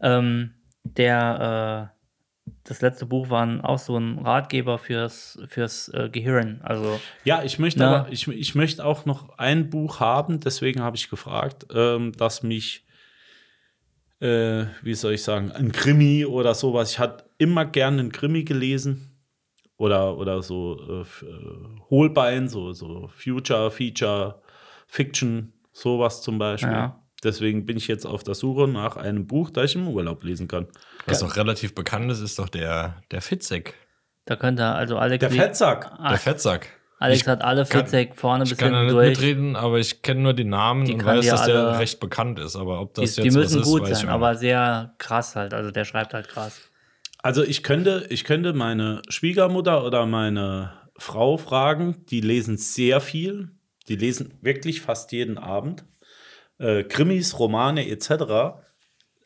Speaker 1: ähm, der, äh, das letzte Buch war ein- auch so ein Ratgeber fürs, fürs äh, Gehirn. Also
Speaker 2: Ja, ich möchte
Speaker 1: Na.
Speaker 2: aber, ich, ich möchte auch noch ein Buch haben, deswegen habe ich gefragt, ähm, dass mich, äh, wie soll ich sagen, ein Krimi oder sowas. Ich hatte immer gerne einen Krimi gelesen. Oder, oder so äh, f- äh, Holbein, so, so Future, Feature, Fiction, sowas zum Beispiel.
Speaker 1: Ja.
Speaker 2: Deswegen bin ich jetzt auf der Suche nach einem Buch, das ich im Urlaub lesen kann.
Speaker 3: Was noch relativ bekannt ist, ist doch der, der Fitzek.
Speaker 1: da könnte also Alex.
Speaker 2: Der Fettsack.
Speaker 3: Der Fettsack.
Speaker 1: Alex
Speaker 3: Ich
Speaker 1: hat alle
Speaker 3: kann-
Speaker 1: 40 vorne bis
Speaker 3: Ich kann da
Speaker 1: hinten
Speaker 3: nicht
Speaker 1: durch.
Speaker 3: mitreden, aber ich kenne nur den Namen
Speaker 1: Die
Speaker 3: und
Speaker 1: kann
Speaker 3: weiß,
Speaker 1: dir
Speaker 3: dass
Speaker 1: alle-
Speaker 3: der recht bekannt ist. Aber ob das
Speaker 1: die, die
Speaker 3: jetzt
Speaker 1: müssen
Speaker 3: was
Speaker 1: gut
Speaker 3: ist, weiß
Speaker 1: sein,
Speaker 3: ich auch
Speaker 1: aber
Speaker 3: nicht.
Speaker 1: sehr krass halt. Also der schreibt halt krass.
Speaker 2: Also ich könnte, ich könnte meine Schwiegermutter oder meine Frau fragen, die lesen sehr viel, die lesen wirklich fast jeden Abend. Äh, Krimis, Romane etc.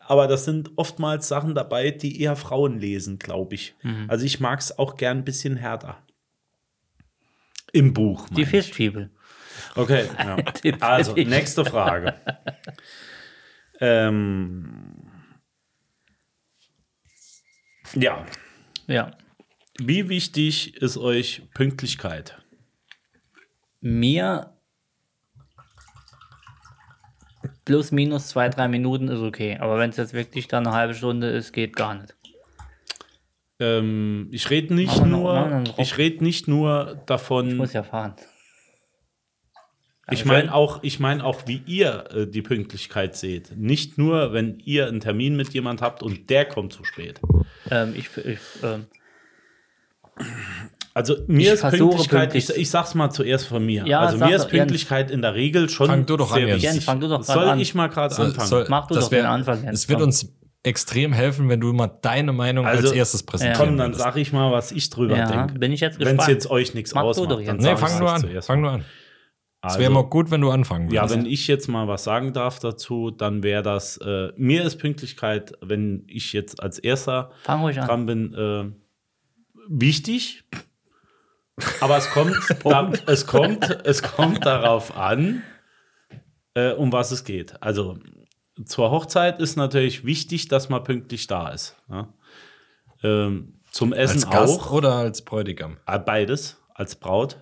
Speaker 2: Aber das sind oftmals Sachen dabei, die eher Frauen lesen, glaube ich. Also ich mag es auch gern ein bisschen härter. Im Buch.
Speaker 1: Die
Speaker 2: meine ich.
Speaker 1: Fischfibel.
Speaker 2: Okay, ja. also nächste Frage. Ähm, ja,
Speaker 1: Ja.
Speaker 2: wie wichtig ist euch Pünktlichkeit?
Speaker 1: Mir plus minus zwei, drei Minuten ist okay. Aber wenn es jetzt wirklich dann eine halbe Stunde ist, geht gar nicht.
Speaker 2: Ähm, ich rede nicht
Speaker 1: Aber noch- noch
Speaker 2: nur,
Speaker 1: einen Rock.
Speaker 2: ich rede nicht nur
Speaker 1: Ich
Speaker 2: davon.
Speaker 1: muss also- ja fahren.
Speaker 2: Ich meine auch, ich meine auch, wie ihr äh, die Pünktlichkeit seht. Nicht nur, wenn ihr einen Termin mit jemand habt und der kommt zu spät.
Speaker 1: Ähm, ich, ich, ähm,
Speaker 2: Also mir
Speaker 1: Ich
Speaker 2: ist
Speaker 1: versuche
Speaker 2: Pünktlichkeit,
Speaker 1: pünktlich-
Speaker 2: ich, ich sag's mal zuerst von mir.
Speaker 1: Ja,
Speaker 2: also
Speaker 1: sag
Speaker 2: mir ist
Speaker 1: doch, Jens.
Speaker 2: Pünktlichkeit in der Regel schon
Speaker 3: Fang du doch an
Speaker 2: sehr
Speaker 3: jetzt.
Speaker 2: wichtig.
Speaker 1: Jens, fang du doch grad
Speaker 2: Soll
Speaker 1: an.
Speaker 2: ich mal gerade anfangen?
Speaker 1: Mach du
Speaker 3: Also das
Speaker 1: doch den Anfang, Jens,
Speaker 3: Es wird
Speaker 1: komm.
Speaker 3: uns extrem helfen, wenn du immer deine Meinung
Speaker 2: Also,
Speaker 3: als erstes präsentieren
Speaker 2: Komm, dann
Speaker 3: würdest.
Speaker 2: sag ich mal, was ich drüber
Speaker 1: Ja,
Speaker 2: denke.
Speaker 1: bin ich jetzt
Speaker 2: Wenn es
Speaker 1: gespannt.
Speaker 2: jetzt euch nichts
Speaker 1: Mach du
Speaker 2: ausmacht,
Speaker 1: doch jetzt.
Speaker 2: dann
Speaker 3: Nee,
Speaker 2: sag
Speaker 3: fang
Speaker 2: ich
Speaker 3: nur
Speaker 2: das
Speaker 3: an.
Speaker 2: zuerst.
Speaker 3: Fang nur an. Es wäre
Speaker 2: Also-
Speaker 3: mal gut, wenn du anfangen
Speaker 2: Ja,
Speaker 3: würdest.
Speaker 2: wenn ich jetzt mal was sagen darf dazu, dann wäre das, äh, mir ist Pünktlichkeit, wenn ich jetzt als erster
Speaker 1: Fang ruhig an.
Speaker 2: dran bin, äh, wichtig. Aber es kommt, da, es kommt, es kommt darauf an, äh, um was es geht. Also zur Hochzeit ist natürlich wichtig, dass man pünktlich da ist. Ja? Ähm, zum Essen
Speaker 3: als Gast
Speaker 2: auch,
Speaker 3: oder als Bräutigam?
Speaker 2: Äh, beides, als Braut.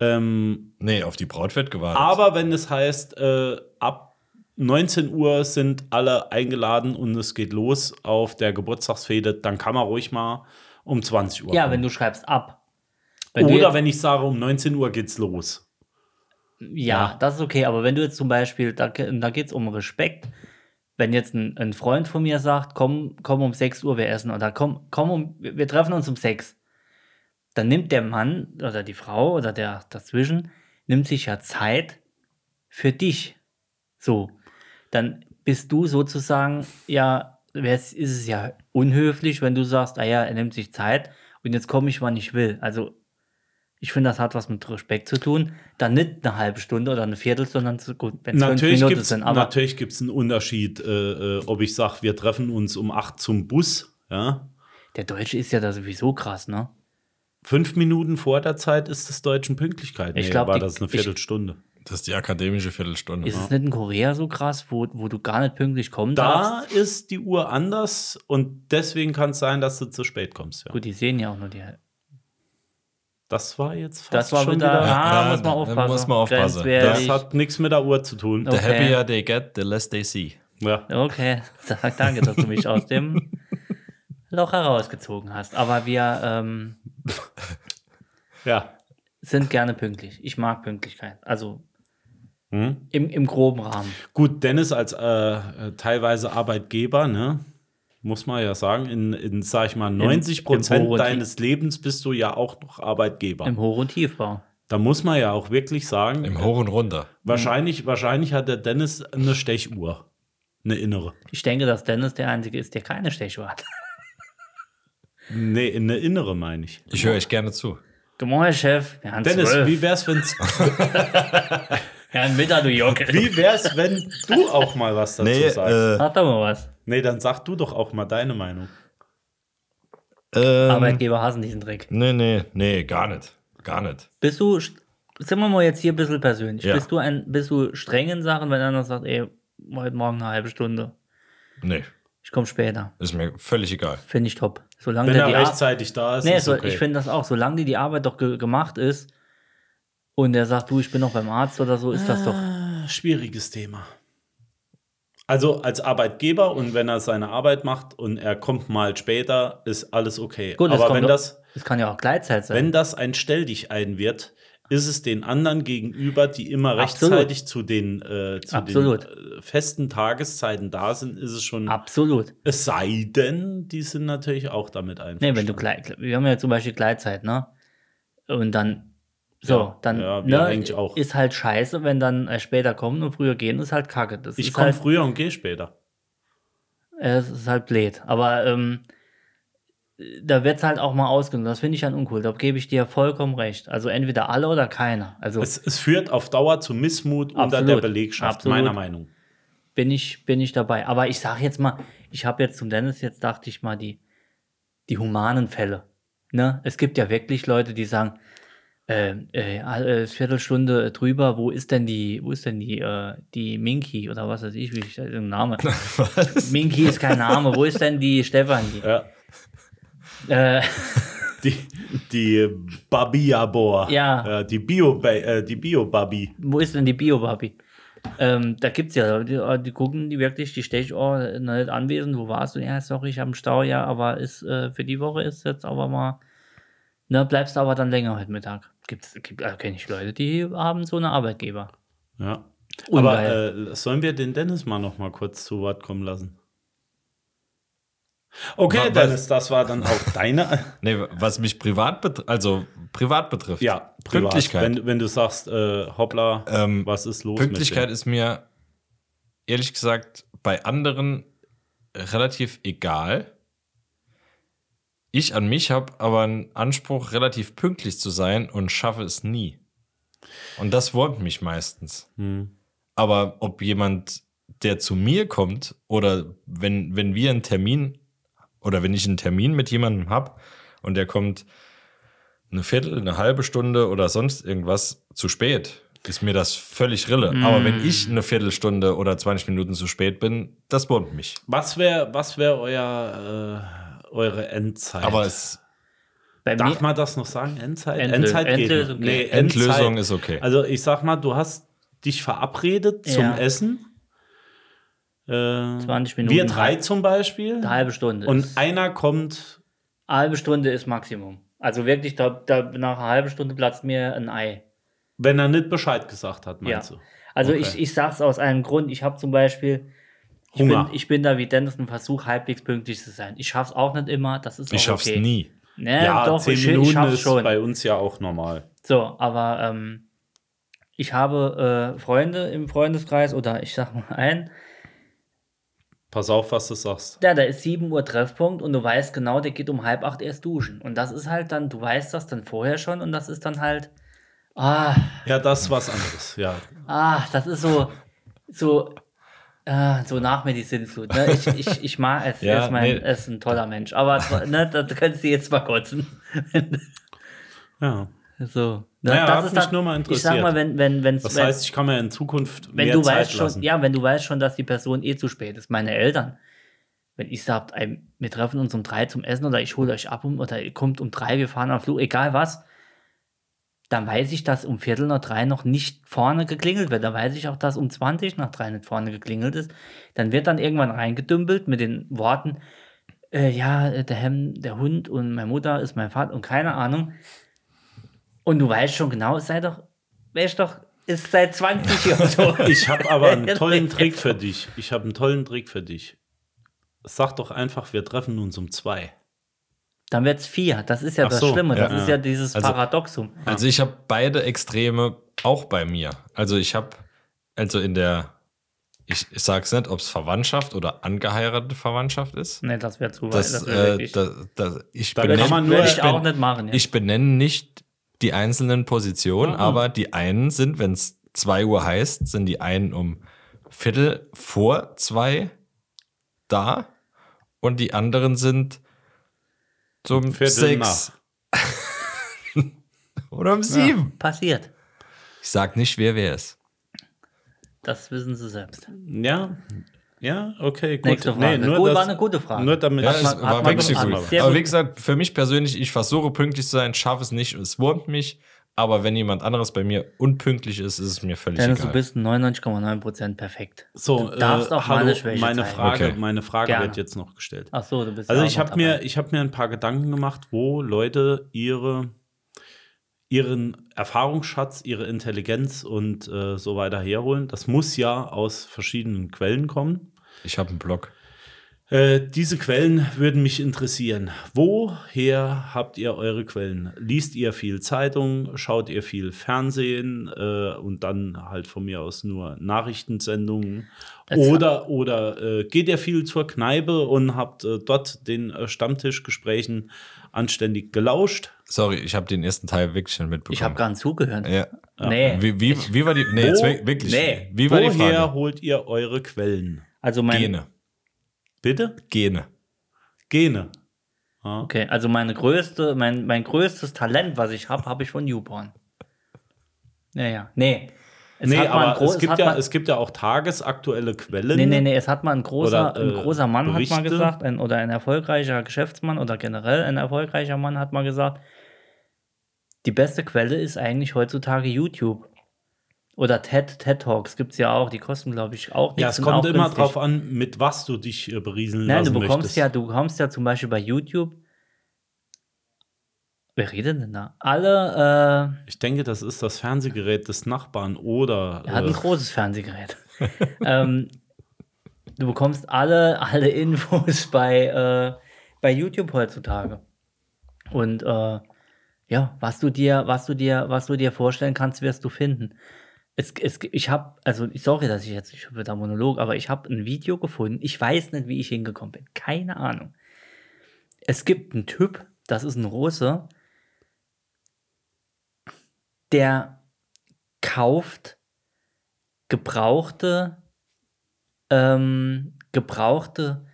Speaker 2: Ähm,
Speaker 3: Nee, auf die Braut wird gewartet.
Speaker 2: aber wenn es heißt, äh, ab 19 Uhr sind alle eingeladen und es geht los auf der Geburtstagsfehde, dann kann man ruhig mal um 20 Uhr.
Speaker 1: ja,
Speaker 2: kommen.
Speaker 1: wenn du schreibst ab. du
Speaker 2: Oder
Speaker 1: jetzt-
Speaker 2: wenn ich sage, um 19 Uhr geht's los.
Speaker 1: Ja, das ist okay, aber wenn du jetzt zum Beispiel, da, ge- da geht es um Respekt, wenn jetzt ein, ein Freund von mir sagt, komm, komm um 6 Uhr, wir essen, oder komm, komm um, wir wir treffen uns um 6, dann nimmt der Mann oder die Frau oder der dazwischen, nimmt sich ja Zeit für dich. So, dann bist du sozusagen, ja, wär's- ist es ja unhöflich, wenn du sagst, ah ja, er nimmt sich Zeit und jetzt komme ich, wann ich will. Also ich finde, das hat was mit Respekt zu tun. Dann nicht eine halbe Stunde oder eine Viertel, sondern so gut, wenn es fünf
Speaker 2: Natürlich
Speaker 1: Minuten
Speaker 2: gibt's
Speaker 1: sind. Aber
Speaker 2: natürlich gibt's einen Unterschied, äh, äh, ob ich sage, wir treffen uns um 8 zum Bus, ja.
Speaker 1: der Deutsche ist ja da sowieso krass, ne?
Speaker 2: Fünf Minuten vor der Zeit ist das deutschen Pünktlichkeit.
Speaker 1: Ich glaub,
Speaker 2: war
Speaker 1: die-
Speaker 2: das eine
Speaker 1: ich-
Speaker 2: Viertelstunde.
Speaker 3: das ist die akademische Viertelstunde.
Speaker 1: Ist es nicht in Korea so krass, wo, wo du gar nicht pünktlich kommen
Speaker 2: da
Speaker 1: darfst?
Speaker 2: ist die Uhr anders und deswegen kann es sein, dass du zu spät kommst. Ja.
Speaker 1: Gut, die sehen ja auch nur die.
Speaker 2: Das war jetzt fast
Speaker 1: Das war
Speaker 2: schon
Speaker 1: wieder. Ah, muss man
Speaker 3: da
Speaker 1: aufpassen.
Speaker 3: muss man aufpassen.
Speaker 1: Grenzwertig.
Speaker 2: Das hat nichts mit der Uhr zu tun.
Speaker 3: The
Speaker 1: Okay.
Speaker 3: happier they get, the less they see.
Speaker 2: Ja.
Speaker 1: Okay, sag danke, dass du mich aus dem Loch herausgezogen hast. Aber wir ähm,
Speaker 2: ja.
Speaker 1: sind gerne pünktlich. Ich mag Pünktlichkeit. Also
Speaker 2: Hm?
Speaker 1: im, im groben Rahmen.
Speaker 2: Gut, Dennis als äh, äh, teilweise Arbeitgeber, ne? Muss man ja sagen, in, in sag ich mal, 90
Speaker 1: im Hoch-
Speaker 2: Prozent
Speaker 1: und
Speaker 2: deines Lebens bist du ja auch noch Arbeitgeber.
Speaker 1: Im Hoch- und Tiefbau.
Speaker 2: Da muss man ja auch wirklich sagen,
Speaker 3: Im Hoch und Runter.
Speaker 2: wahrscheinlich, wahrscheinlich hat der Dennis eine Stechuhr. Eine innere.
Speaker 1: Ich denke, dass Dennis der Einzige ist, der keine Stechuhr hat.
Speaker 2: Nee, eine innere meine ich.
Speaker 3: Ich höre euch gerne zu.
Speaker 1: Guten Morgen, Chef. Wir haben
Speaker 2: Dennis,
Speaker 1: zwölf.
Speaker 2: wie wär's, wenn's,
Speaker 1: Herrn Mitter, du Jockel.
Speaker 2: wie wär's, wenn du auch mal was dazu sagst?
Speaker 1: Sag doch mal was.
Speaker 2: nee, dann sag du doch auch mal deine Meinung. Ähm.
Speaker 1: Arbeitgeber hassen diesen Trick.
Speaker 3: nee, nee, nee, gar nicht. Gar nicht.
Speaker 1: Bist du, st- sind wir mal jetzt hier ein bisschen persönlich,
Speaker 3: Ja.
Speaker 1: bist, du ein, bist du streng in Sachen, wenn einer sagt, ey, heute Morgen eine halbe Stunde,
Speaker 3: Nee,
Speaker 1: ich komme später.
Speaker 3: ist mir völlig egal.
Speaker 1: Finde ich top. Solange
Speaker 2: Wenn
Speaker 1: der
Speaker 2: er
Speaker 1: die Ar-
Speaker 2: rechtzeitig da ist,
Speaker 1: Nee,
Speaker 2: ist
Speaker 1: so,
Speaker 2: okay.
Speaker 1: ich finde das auch, solange die, die Arbeit doch ge gemacht ist und der sagt, du, ich bin noch beim Arzt oder so, ist das doch.
Speaker 2: schwieriges Thema. Also als Arbeitgeber und wenn er seine Arbeit macht und er kommt mal später, ist alles okay.
Speaker 1: Gut, das
Speaker 2: Aber
Speaker 1: kommt
Speaker 2: wenn
Speaker 1: doch-
Speaker 2: das,
Speaker 1: Das kann ja auch gleichzeitig sein.
Speaker 2: wenn das ein Stelldich ein wird, ist es den anderen gegenüber, die immer
Speaker 1: Absolut.
Speaker 2: rechtzeitig zu den, äh, zu
Speaker 1: Absolut.
Speaker 2: den äh, festen Tageszeiten da sind, ist es schon.
Speaker 1: Absolut.
Speaker 2: Es sei denn, die sind natürlich auch damit einverstanden.
Speaker 1: Nee, wenn du gleich, wir haben ja zum Beispiel Gleitzeit, ne? Und dann, so,
Speaker 2: Ja,
Speaker 1: dann
Speaker 2: ja, wir
Speaker 1: ne,
Speaker 2: eigentlich auch.
Speaker 1: ist halt scheiße, wenn dann äh, später kommen und früher gehen, ist halt kacke. Das
Speaker 2: ich
Speaker 1: ist
Speaker 2: komme
Speaker 1: halt,
Speaker 2: früher und gehe später.
Speaker 1: äh, es ist halt blöd. Aber ähm, da wird es halt auch mal ausgenutzt. Das finde ich dann uncool. Da gebe ich dir vollkommen recht. Also entweder alle oder keiner. Also
Speaker 2: Es, es führt auf Dauer zu Missmut unter
Speaker 1: Absolut.
Speaker 2: der Belegschaft,
Speaker 1: Absolut.
Speaker 2: meiner Meinung.
Speaker 1: bin ich, bin ich dabei. Aber ich sage jetzt mal, ich habe jetzt zum Dennis, jetzt dachte ich mal, die, die humanen Fälle. Ne? Es gibt ja wirklich Leute, die sagen, ähm, äh, äh, Viertelstunde drüber, wo ist denn die, wo ist denn die, äh, die Minky oder was weiß ich, wie ich den Name. Minky ist kein Name, wo ist denn die Stefanie?
Speaker 2: Ja.
Speaker 1: Äh,
Speaker 2: Die, die Babiabor.
Speaker 1: Ja.
Speaker 2: Äh, die bio äh, die Bio -Babi.
Speaker 1: wo ist denn die Bio-Barbie? Ähm, da gibt's ja Leute, die, die gucken die wirklich, die stehe ich auch nicht anwesend, wo warst du? Ja, sorry, ich habe einen Stau, ja, aber ist, äh, für die Woche ist jetzt aber mal, ne, bleibst aber dann länger heute Mittag. Gibt's, gibt, äh, kenne ich Leute, die haben so eine Arbeitgeber.
Speaker 2: Ja. Aber
Speaker 1: Ungeil.
Speaker 2: äh, sollen wir den Dennis mal noch mal kurz zu Wort kommen lassen? Okay,
Speaker 3: Wa- was-
Speaker 2: Dennis, das war dann auch deine.
Speaker 3: Nee, was mich privat betrifft, also privat betrifft.
Speaker 2: Ja, privat.
Speaker 3: Pünktlichkeit.
Speaker 2: Wenn, wenn du sagst, äh, hoppla,
Speaker 3: Ähm,
Speaker 2: was ist los?
Speaker 3: Pünktlichkeit
Speaker 2: mit
Speaker 3: ist mir ehrlich gesagt bei anderen relativ egal. Ich an mich habe aber einen Anspruch, relativ pünktlich zu sein und schaffe es nie. Und das wurmt mich meistens.
Speaker 2: Hm.
Speaker 3: Aber ob jemand, der zu mir kommt oder wenn, wenn wir einen Termin oder wenn ich einen Termin mit jemandem habe und der kommt eine Viertel, eine halbe Stunde oder sonst irgendwas zu spät, ist mir das völlig Rille. Aber
Speaker 2: Mm.
Speaker 3: wenn ich eine Viertelstunde oder 20 Minuten zu spät bin, das wurmt mich.
Speaker 2: dem? Was wäre was wär euer, äh, eure Endzeit?
Speaker 3: Aber es,
Speaker 1: Bei
Speaker 2: Darf man das noch sagen? Endzeit?
Speaker 1: Endlö-
Speaker 2: Endzeit
Speaker 1: Endlösung
Speaker 2: geht. noch. Nee,
Speaker 1: geht.
Speaker 2: Endzeit.
Speaker 3: Endlösung ist okay.
Speaker 2: Also ich sag mal, du hast dich verabredet zum
Speaker 1: Ja.
Speaker 2: Essen. Äh,
Speaker 1: 20 Minuten.
Speaker 2: Wir drei zum Beispiel.
Speaker 1: eine halbe Stunde.
Speaker 2: Und
Speaker 1: ist,
Speaker 2: einer kommt.
Speaker 1: halbe Stunde ist Maximum. Also wirklich, da, da, nach einer halben Stunde platzt mir ein Ei.
Speaker 2: Wenn er nicht Bescheid gesagt hat, meinst du?
Speaker 1: Also
Speaker 2: Okay.
Speaker 1: ich, ich sag's aus einem Grund. Ich habe zum Beispiel, ich bin,
Speaker 2: Hunger.
Speaker 1: ich bin da wie Dennis ein Versuch, halbwegs pünktlich zu sein. Ich schaff's auch nicht immer, das ist auch
Speaker 3: ich schaff's
Speaker 1: okay.
Speaker 3: nie.
Speaker 1: Nee,
Speaker 2: ja,
Speaker 1: Ne, doch,
Speaker 2: zehn
Speaker 1: ich, ich
Speaker 2: Minuten
Speaker 1: schaff's
Speaker 2: ist
Speaker 1: schon.
Speaker 2: bei uns ja auch normal.
Speaker 1: So, aber ähm, ich habe äh, Freunde im Freundeskreis oder ich sag mal einen,
Speaker 2: Pass auf, was du sagst.
Speaker 1: Ja, da ist 7 Uhr Treffpunkt und du weißt genau, der geht um halb acht erst duschen. Und das ist halt dann, du weißt das dann vorher schon und das ist dann halt, ah,
Speaker 2: Ja, das ist was anderes. Ja,
Speaker 1: ah, das ist so, so, ah, so nach mir die Sinnflut. Ne? Ich, ich, ich mag es,
Speaker 3: Ja,
Speaker 1: er, ist mein,
Speaker 3: nee.
Speaker 1: er ist ein toller Mensch. Aber ne, da könntest du jetzt mal kotzen.
Speaker 2: ja.
Speaker 1: So, ne?
Speaker 2: Naja, hat
Speaker 1: das ist
Speaker 2: mich
Speaker 1: dann,
Speaker 2: nur mal
Speaker 1: Ich sag mal, wenn,
Speaker 2: interessiert.
Speaker 1: wenn, wenn's,
Speaker 2: Das
Speaker 1: wenn,
Speaker 2: heißt, ich kann mir in Zukunft
Speaker 1: wenn
Speaker 2: mehr
Speaker 1: du
Speaker 2: Zeit
Speaker 1: weißt schon,
Speaker 2: lassen.
Speaker 1: ja, wenn du weißt schon, dass die Person eh zu spät ist, meine Eltern, wenn ich sage, ey, wir treffen uns um drei zum Essen oder ich hole euch ab um, oder ihr kommt um drei, wir fahren am Flug, egal was, dann weiß ich, dass um Viertel nach drei noch nicht vorne geklingelt wird. Dann weiß ich auch, dass um 20 nach drei nicht vorne geklingelt ist. Dann wird dann irgendwann reingedümpelt mit den Worten, äh, ja, äh, der Hemm, der Hund und meine Mutter ist mein Vater und keine Ahnung. Und du weißt schon genau, es sei doch, wäre doch, ist seit 20 Jahren so.
Speaker 2: Ich habe aber einen tollen Trick für dich. Ich habe einen tollen Trick für dich. Sag doch einfach, wir treffen uns um zwei.
Speaker 1: Dann wird es vier. Das ist ja
Speaker 2: Ach
Speaker 1: das
Speaker 2: so,
Speaker 1: Schlimme. Das
Speaker 2: ja,
Speaker 1: ist
Speaker 2: ja.
Speaker 1: ja dieses
Speaker 3: Also-
Speaker 1: Paradoxum.
Speaker 2: Ah.
Speaker 3: Also ich habe beide Extreme auch bei mir. Also ich habe, also in der, ich, ich sag's nicht, ob es Verwandtschaft oder angeheiratete Verwandtschaft ist.
Speaker 1: Nee, das wäre zu weit.
Speaker 3: Das,
Speaker 1: das wär
Speaker 3: äh,
Speaker 1: wirklich-
Speaker 3: das, das, ich
Speaker 2: Da
Speaker 3: benenn-
Speaker 2: kann man nur-
Speaker 1: Würde ich
Speaker 2: ich
Speaker 3: bin-
Speaker 1: auch nicht machen. Ja. Mhm.
Speaker 3: Ich benenne nicht die einzelnen Positionen, aber die einen sind, wenn es 2 Uhr heißt, sind die einen um Viertel vor zwei da und die anderen sind so um
Speaker 2: Viertel
Speaker 3: sechs. Oder um sieben.
Speaker 1: Passiert.
Speaker 3: Ich sag nicht, wer wer ist.
Speaker 1: Das wissen Sie selbst.
Speaker 2: Ja, ja, okay, gut.
Speaker 1: Nächste Frage.
Speaker 2: nur
Speaker 1: Gut,
Speaker 2: das-
Speaker 1: war eine gute Frage.
Speaker 2: Nur damit
Speaker 3: Ja,
Speaker 2: ich-
Speaker 3: es
Speaker 1: man-
Speaker 3: war
Speaker 1: hat man
Speaker 3: wirklich
Speaker 1: gemacht.
Speaker 3: gut.
Speaker 1: Sehr
Speaker 3: Aber
Speaker 1: gut.
Speaker 3: wie gesagt, für mich persönlich, ich versuche pünktlich zu sein, schaffe es nicht, es wurmt mich. Aber wenn jemand anderes bei mir unpünktlich ist, ist es mir völlig
Speaker 1: Dennis, du
Speaker 3: egal.
Speaker 1: bist 99,9% perfekt.
Speaker 2: so,
Speaker 1: du darfst
Speaker 2: äh,
Speaker 1: auch
Speaker 2: hallo,
Speaker 1: meine Schwäche
Speaker 2: meine
Speaker 1: zeigen.
Speaker 2: Frage,
Speaker 3: Okay.
Speaker 2: meine Frage
Speaker 1: Gerne.
Speaker 2: wird jetzt noch gestellt.
Speaker 1: Ach so, du bist
Speaker 2: Also
Speaker 1: ja
Speaker 2: ich
Speaker 1: auch
Speaker 2: habe
Speaker 1: noch
Speaker 2: mir,
Speaker 1: dabei.
Speaker 2: ich habe mir ein paar Gedanken gemacht, wo Leute ihre ihren Erfahrungsschatz, ihre Intelligenz und äh, so weiter herholen. Das muss ja aus verschiedenen Quellen kommen.
Speaker 3: ich habe einen Blog.
Speaker 2: Äh, diese Quellen würden mich interessieren. Woher habt ihr eure Quellen? Liest ihr viel Zeitung? Schaut ihr viel Fernsehen? Äh, und dann halt von mir aus nur Nachrichtensendungen?
Speaker 1: Das-
Speaker 2: oder oder äh, geht ihr viel zur Kneipe und habt äh, dort den äh, Stammtischgesprächen anständig gelauscht?
Speaker 3: Sorry, ich habe den ersten Teil wirklich nicht mitbekommen.
Speaker 1: Ich habe gar nicht zugehört.
Speaker 3: ja.
Speaker 1: Nee.
Speaker 3: Wie, wie, wie war die. Nee, jetzt wi- wirklich.
Speaker 1: nee.
Speaker 3: Wie war die
Speaker 2: Woher
Speaker 3: Frage?
Speaker 2: holt ihr eure Quellen?
Speaker 1: Also mein,
Speaker 3: Gene.
Speaker 2: Bitte?
Speaker 3: Gene.
Speaker 2: Gene.
Speaker 1: Okay, also meine größte, mein, mein größtes Talent, was ich habe, habe ich von Newborn. Naja, nee. Es
Speaker 2: nee,
Speaker 1: hat mal ein
Speaker 2: aber
Speaker 1: gro-
Speaker 2: es, gibt
Speaker 1: hat
Speaker 2: ja,
Speaker 1: mal-
Speaker 2: es gibt ja auch tagesaktuelle Quellen.
Speaker 1: Nee, nee, nee, es hat mal ein großer,
Speaker 2: Oder, äh,
Speaker 1: ein großer Mann hat mal
Speaker 2: Berichte.
Speaker 1: gesagt, ein, oder ein erfolgreicher Geschäftsmann oder generell ein erfolgreicher Mann hat mal gesagt, die beste Quelle ist eigentlich heutzutage YouTube. Oder TED, TED Talks gibt es ja auch, die kosten, glaube ich, auch nichts.
Speaker 2: Ja, es
Speaker 1: sind
Speaker 2: kommt
Speaker 1: auch
Speaker 2: immer
Speaker 1: günstig.
Speaker 2: drauf an, mit was du dich äh, berieseln
Speaker 1: Nein, du
Speaker 2: lassen
Speaker 1: bekommst
Speaker 2: möchtest.
Speaker 1: ja, du bekommst ja zum Beispiel bei YouTube. Wer redet denn da? Alle, äh,
Speaker 2: ich denke, das ist das Fernsehgerät des Nachbarn oder
Speaker 1: er hat
Speaker 2: äh,
Speaker 1: ein großes Fernsehgerät. ähm, du bekommst alle, alle Infos bei, äh, bei YouTube heutzutage. Und äh, ja, was du dir, was du dir, was du dir vorstellen kannst, wirst du finden. Es, es, ich habe, also ich sorry, dass ich jetzt, ich da Monolog, aber ich habe ein Video gefunden. Ich weiß nicht, wie ich hingekommen bin. Keine Ahnung. Es gibt einen Typ, das ist ein Russe, der kauft gebrauchte, ähm, gebrauchte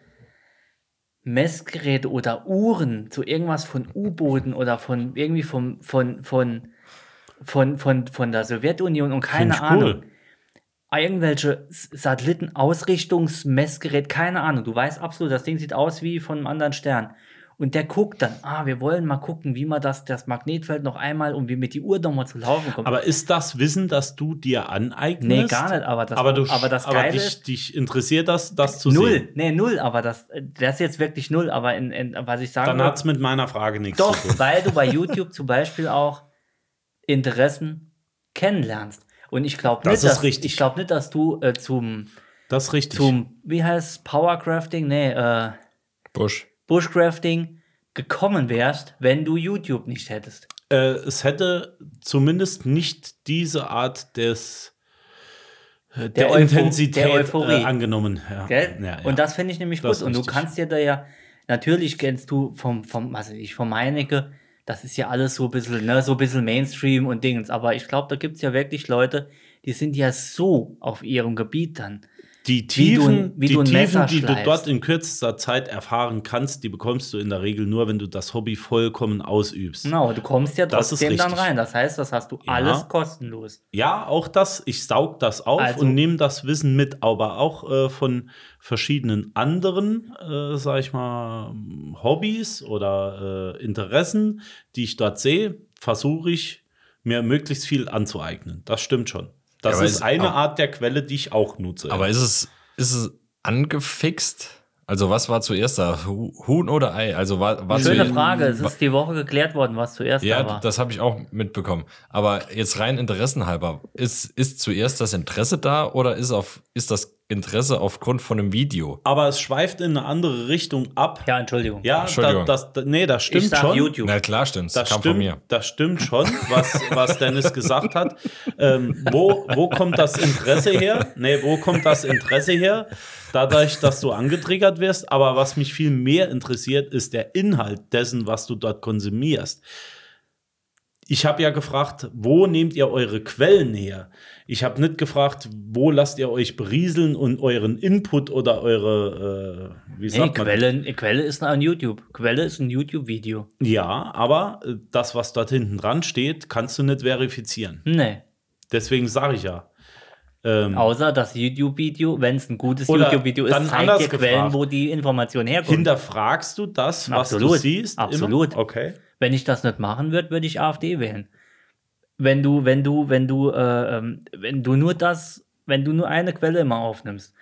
Speaker 1: Messgeräte oder Uhren zu irgendwas von U-Booten oder von irgendwie vom, von, von, von, von, von der Sowjetunion und keine
Speaker 2: Find ich cool.
Speaker 1: Ahnung. Irgendwelche S- Satellitenausrichtungsmessgerät, keine Ahnung. Du weißt absolut, das Ding sieht aus wie von einem anderen Stern. Und der guckt dann, ah, wir wollen mal gucken, wie man das, das Magnetfeld noch einmal und wie mit die Uhr nochmal zu laufen kommt.
Speaker 2: Aber ist das Wissen, das du dir aneignest?
Speaker 1: Nee, gar nicht, aber das-
Speaker 2: aber, du,
Speaker 1: aber das
Speaker 2: aber
Speaker 1: Geile
Speaker 2: dich,
Speaker 1: ist-
Speaker 2: dich interessiert das, das zu
Speaker 1: null,
Speaker 2: sehen.
Speaker 1: nee, null, aber das, das ist jetzt wirklich null, aber in, in, was ich sagen
Speaker 2: Dann
Speaker 1: wollte-
Speaker 2: hat es mit meiner Frage nichts
Speaker 1: Doch,
Speaker 2: zu tun.
Speaker 1: weil du bei YouTube zum Beispiel auch Interessen kennenlernst. Und ich glaube
Speaker 2: Das
Speaker 1: nicht,
Speaker 2: ist
Speaker 1: dass,
Speaker 2: richtig.
Speaker 1: ich glaub nicht, dass du äh, zum,
Speaker 2: Das ist richtig.
Speaker 1: zum, wie heißt Powercrafting? Nee, äh,
Speaker 3: Busch.
Speaker 1: Bushcrafting gekommen wärst, wenn du YouTube nicht hättest.
Speaker 2: äh, es hätte zumindest nicht diese Art des äh, der,
Speaker 1: Eupho-
Speaker 2: Intensität
Speaker 1: der Euphorie.
Speaker 2: Äh, angenommen. Ja.
Speaker 1: Gell?
Speaker 2: Ja, ja.
Speaker 1: Und das finde ich nämlich
Speaker 2: Das
Speaker 1: gut.
Speaker 2: ist
Speaker 1: Und du
Speaker 2: richtig.
Speaker 1: kannst dir da ja, natürlich kennst du vom, vom was weiß ich, vom Meinecke, das ist ja alles so ein bisschen, ne, so ein bisschen Mainstream und Dings. Aber ich glaube, da gibt es ja wirklich Leute, die sind ja so auf ihrem Gebiet dann. wie
Speaker 2: die
Speaker 1: du ein-
Speaker 2: Tiefen,
Speaker 1: wie du ein
Speaker 2: die,
Speaker 1: Messer
Speaker 2: Tiefen die du
Speaker 1: schleifst.
Speaker 2: dort in kürzester Zeit erfahren kannst, die bekommst du in der Regel nur, wenn du das Hobby vollkommen ausübst.
Speaker 1: Genau, du kommst ja
Speaker 2: Das ist
Speaker 1: trotzdem dann
Speaker 2: richtig.
Speaker 1: rein. Das heißt, das hast du alles kostenlos.
Speaker 2: Ja, auch das. Ich saug das auf
Speaker 1: Also-
Speaker 2: und nehme das Wissen mit, aber auch äh, von verschiedenen anderen, äh, sag ich mal, m, Hobbys oder äh, Interessen, die ich dort sehe, versuche ich mir möglichst viel anzueignen. Das stimmt schon. Das
Speaker 3: aber
Speaker 2: ist
Speaker 3: ist-
Speaker 2: eine
Speaker 3: aber-
Speaker 2: Art der Quelle, die ich auch nutze.
Speaker 3: Aber ist es, ist es angefixt? Also, was war zuerst da? Hu- Huhn oder Ei? Also, war, war
Speaker 1: Schöne
Speaker 3: zuerst-
Speaker 1: Frage. Es ist die Woche geklärt worden, was zuerst
Speaker 3: Ja,
Speaker 1: da war.
Speaker 3: das habe ich auch mitbekommen. Aber jetzt rein interessenhalber, ist, ist zuerst das Interesse da oder ist, auf, ist das Interesse aufgrund von einem Video?
Speaker 2: Aber es schweift in eine andere Richtung ab.
Speaker 1: ja, Entschuldigung.
Speaker 2: Ja, da,
Speaker 3: Entschuldigung.
Speaker 2: das, da, nee, das stimmt
Speaker 1: ich sag
Speaker 2: schon.
Speaker 1: YouTube.
Speaker 3: Na klar, stimmt's.
Speaker 2: Das
Speaker 3: kam
Speaker 2: stimmt,
Speaker 3: von mir.
Speaker 2: das stimmt schon, was, was Dennis gesagt hat. Ähm, wo, wo kommt das Interesse her? Nee, wo kommt das Interesse her? Dadurch, dass du angetriggert wirst. Aber was mich viel mehr interessiert, ist der Inhalt dessen, was du dort konsumierst. Ich habe ja gefragt, wo nehmt ihr eure Quellen her? Ich habe nicht gefragt, wo lasst ihr euch berieseln und euren Input oder eure, äh, wie
Speaker 1: Nee,
Speaker 2: sagt man,
Speaker 1: Quelle, Quelle ist ein YouTube. Quelle ist ein YouTube-Video.
Speaker 2: ja, aber äh, das, was dort hinten dran steht, kannst du nicht verifizieren.
Speaker 1: Nee.
Speaker 2: Deswegen sage ich ja. Ähm,
Speaker 1: Außer das YouTube-Video, wenn es ein gutes
Speaker 2: Oder
Speaker 1: YouTube-Video ist,
Speaker 2: dann
Speaker 1: zeigt
Speaker 2: anders
Speaker 1: dir Quellen,
Speaker 2: gefragt.
Speaker 1: wo die Information herkommt.
Speaker 2: hinterfragst du das, was du
Speaker 1: Absolut,
Speaker 2: siehst?
Speaker 1: absolut.
Speaker 2: Immer? Okay.
Speaker 1: wenn ich das nicht machen würde, würde ich AfD wählen. Wenn du, wenn du, wenn du, äh, ähm, wenn du nur das, wenn du nur eine Quelle immer aufnimmst,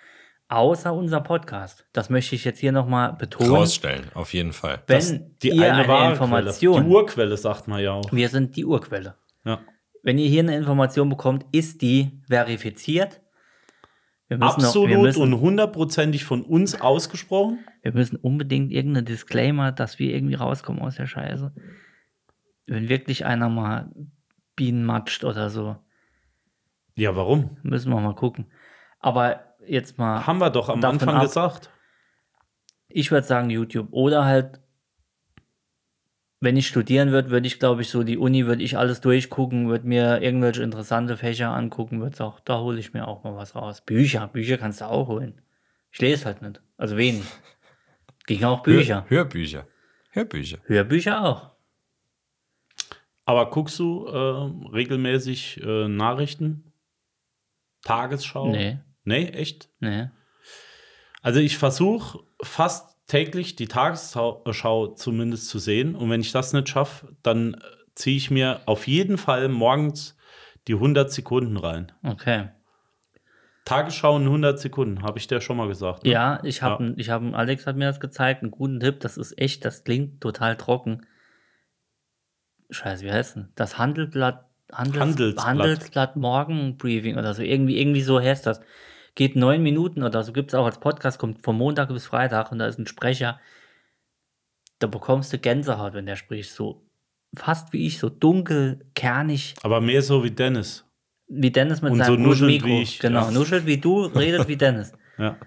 Speaker 1: außer unser Podcast, das möchte ich jetzt hier nochmal betonen.
Speaker 3: Rausstellen, auf jeden Fall.
Speaker 1: wenn
Speaker 2: Die
Speaker 1: ihr
Speaker 2: eine,
Speaker 1: eine,
Speaker 2: wahre Quelle.
Speaker 1: Information,
Speaker 2: Die Urquelle sagt man ja auch.
Speaker 1: wir sind die Urquelle.
Speaker 2: Ja.
Speaker 1: Wenn ihr hier eine Information bekommt, ist die verifiziert. Wir müssen noch-
Speaker 2: Absolut
Speaker 1: wir müssen,
Speaker 2: und hundertprozentig von uns ausgesprochen.
Speaker 1: Wir müssen unbedingt irgendeinen Disclaimer, dass wir irgendwie rauskommen aus der Scheiße. Wenn wirklich einer mal Bienen matscht oder so,
Speaker 2: Ja, warum?
Speaker 1: müssen wir mal gucken. Aber jetzt mal,
Speaker 2: Haben wir doch am
Speaker 1: Davon
Speaker 2: Anfang
Speaker 1: ab.
Speaker 2: gesagt.
Speaker 1: ich würde sagen YouTube oder halt, wenn ich studieren würde, würde ich glaube ich so die Uni, würde ich alles durchgucken, würde mir irgendwelche interessante Fächer angucken, würde auch, da hole ich mir auch mal was raus. Bücher, Bücher kannst du auch holen. Ich lese halt nicht, also wenig. Gegen auch Bücher.
Speaker 3: Hör, Hörbücher. Hörbücher.
Speaker 1: Hörbücher auch.
Speaker 2: Aber guckst du äh, regelmäßig äh, Nachrichten? Tagesschau?
Speaker 1: Nee.
Speaker 2: Nee, echt?
Speaker 1: Nee.
Speaker 2: Also ich versuche fast täglich die Tagesschau zumindest zu sehen. Und wenn ich das nicht schaffe, dann ziehe ich mir auf jeden Fall morgens die 100 Sekunden rein.
Speaker 1: Okay.
Speaker 2: Tagesschau in 100 Sekunden, habe ich dir schon mal gesagt. ne?
Speaker 1: Ja, ich habe,
Speaker 2: Ja.
Speaker 1: ich hab, Alex hat mir das gezeigt, einen guten Tipp. Das ist echt, das klingt total trocken. Scheiße, wie heißt denn? Das Handelblatt, Handels,
Speaker 2: Handelsblatt.
Speaker 1: Handelsblatt. Morgen Briefing oder so. Irgendwie, irgendwie so heißt das. Geht neun Minuten oder so. Gibt es auch als Podcast, kommt von Montag bis Freitag und da ist ein Sprecher. Da bekommst du Gänsehaut, wenn der spricht. So fast wie ich, so dunkel, kernig,
Speaker 2: Aber mehr so wie Dennis.
Speaker 1: wie Dennis mit
Speaker 2: Und so
Speaker 1: seinem guten
Speaker 2: nuschelnd
Speaker 1: Mikro.
Speaker 2: wie ich,
Speaker 1: genau,
Speaker 2: ja.
Speaker 1: nuschelt wie du, redet wie Dennis
Speaker 2: Ja.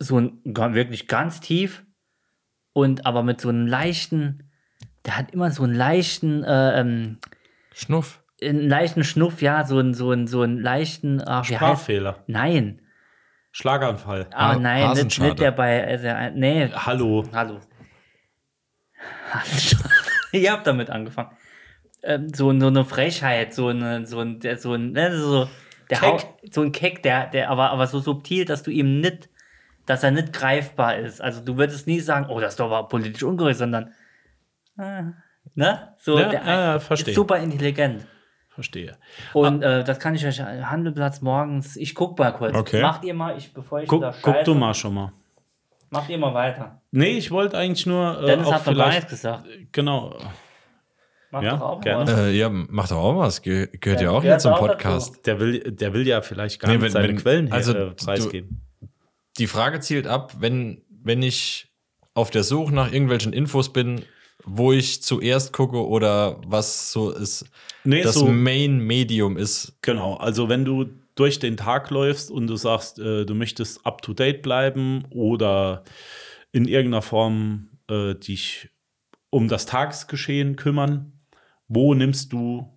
Speaker 1: so ein ga- wirklich ganz tief und aber mit so einem leichten, der hat immer so einen leichten, äh, ähm,
Speaker 3: Schnuff.
Speaker 1: einen leichten Schnuff, ja, so einen, so einen, so einen leichten, ach, wie heißt,
Speaker 2: Sprachfehler.
Speaker 1: nein,
Speaker 2: Schlaganfall.
Speaker 1: ah,
Speaker 3: Ha-
Speaker 1: nein, nicht,
Speaker 3: Hasenscharte.
Speaker 1: nicht der bei, äh, nee,
Speaker 2: Hallo.
Speaker 1: hallo. Hasenscharte. ich hab damit angefangen. Ähm, so, so eine Frechheit, so eine, so ein, der, so ein, ne, so, der
Speaker 2: Keck.
Speaker 1: Hau- so ein Keck, der, der, aber, aber so subtil, dass du ihm nicht, dass er nicht greifbar ist. Also du würdest nie sagen, oh, das ist doch aber politisch ungerecht, sondern, ah, ne, so,
Speaker 2: Ja,
Speaker 1: der
Speaker 2: ja, ja,
Speaker 1: ist
Speaker 2: verstehe. Ah.
Speaker 1: super intelligent.
Speaker 2: Verstehe.
Speaker 1: Und äh, das kann ich euch, Handelplatz morgens, ich guck mal kurz.
Speaker 3: Okay.
Speaker 1: Macht ihr mal, ich, bevor ich
Speaker 2: Guck,
Speaker 1: da
Speaker 2: guck du
Speaker 1: scheiße,
Speaker 2: mal schon mal.
Speaker 1: macht ihr mal weiter.
Speaker 2: Nee, ich wollte eigentlich nur äh,
Speaker 1: Dennis
Speaker 2: auch
Speaker 1: hat noch gar nichts
Speaker 2: vielleicht.
Speaker 1: gesagt.
Speaker 2: Genau.
Speaker 1: Macht
Speaker 2: Ja,
Speaker 1: doch auch
Speaker 2: gerne.
Speaker 1: mal. was.
Speaker 3: Äh, ja, macht doch auch was. Geh gehört ja,
Speaker 1: Ja,
Speaker 3: auch hier
Speaker 1: gehört
Speaker 3: zum
Speaker 1: auch dazu.
Speaker 3: Podcast.
Speaker 2: Der will, der will ja vielleicht gar
Speaker 3: Nee,
Speaker 2: nicht
Speaker 3: wenn-
Speaker 2: seine
Speaker 3: wenn-
Speaker 2: Quellen hier
Speaker 3: also
Speaker 2: äh,
Speaker 3: du-
Speaker 2: preisgeben.
Speaker 3: Die Frage zielt ab, wenn, wenn ich auf der Suche nach irgendwelchen Infos bin, wo ich zuerst gucke oder was so ist,
Speaker 2: Nee,
Speaker 3: das
Speaker 2: so-
Speaker 3: Main-Medium ist.
Speaker 2: Genau, also wenn du durch den Tag läufst und du sagst, äh, du möchtest up to date bleiben oder in irgendeiner Form äh, dich um das Tagesgeschehen kümmern, wo nimmst du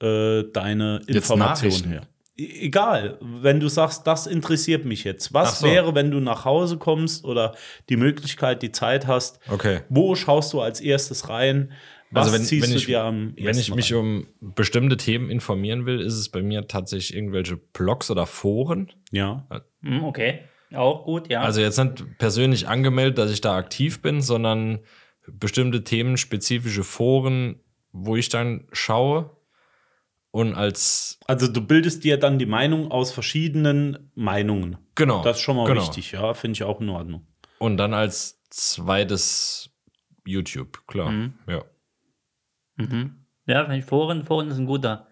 Speaker 2: äh, deine
Speaker 3: Jetzt
Speaker 2: Informationen
Speaker 3: Nachrichten.
Speaker 2: her? E- Egal, wenn du sagst, das interessiert mich jetzt.
Speaker 3: Ach
Speaker 2: Was
Speaker 3: so.
Speaker 2: wäre, wenn du nach Hause kommst oder die Möglichkeit, die Zeit hast?
Speaker 3: Okay.
Speaker 2: Wo schaust du als erstes rein? Was
Speaker 3: also wenn,
Speaker 2: ziehst
Speaker 3: wenn
Speaker 2: du
Speaker 3: ich,
Speaker 2: dir am
Speaker 3: wenn ich
Speaker 2: ersten
Speaker 3: mich
Speaker 2: rein?
Speaker 3: um bestimmte Themen informieren will, ist es bei mir tatsächlich irgendwelche Blogs oder Foren.
Speaker 2: Ja,
Speaker 1: Hm, okay, auch gut,
Speaker 2: Ah.
Speaker 1: ja.
Speaker 3: Also jetzt nicht persönlich angemeldet, dass ich da aktiv bin, sondern bestimmte Themen, spezifische Foren, wo ich dann schaue und als
Speaker 2: Also du bildest dir dann die Meinung aus verschiedenen Meinungen.
Speaker 3: genau
Speaker 2: Das ist schon mal
Speaker 3: genau.
Speaker 2: wichtig, ja, finde ich auch in Ordnung.
Speaker 3: Und dann als zweites YouTube, klar. Ja.
Speaker 1: Mhm. Ja, wenn ich Foren, Foren ist ein guter.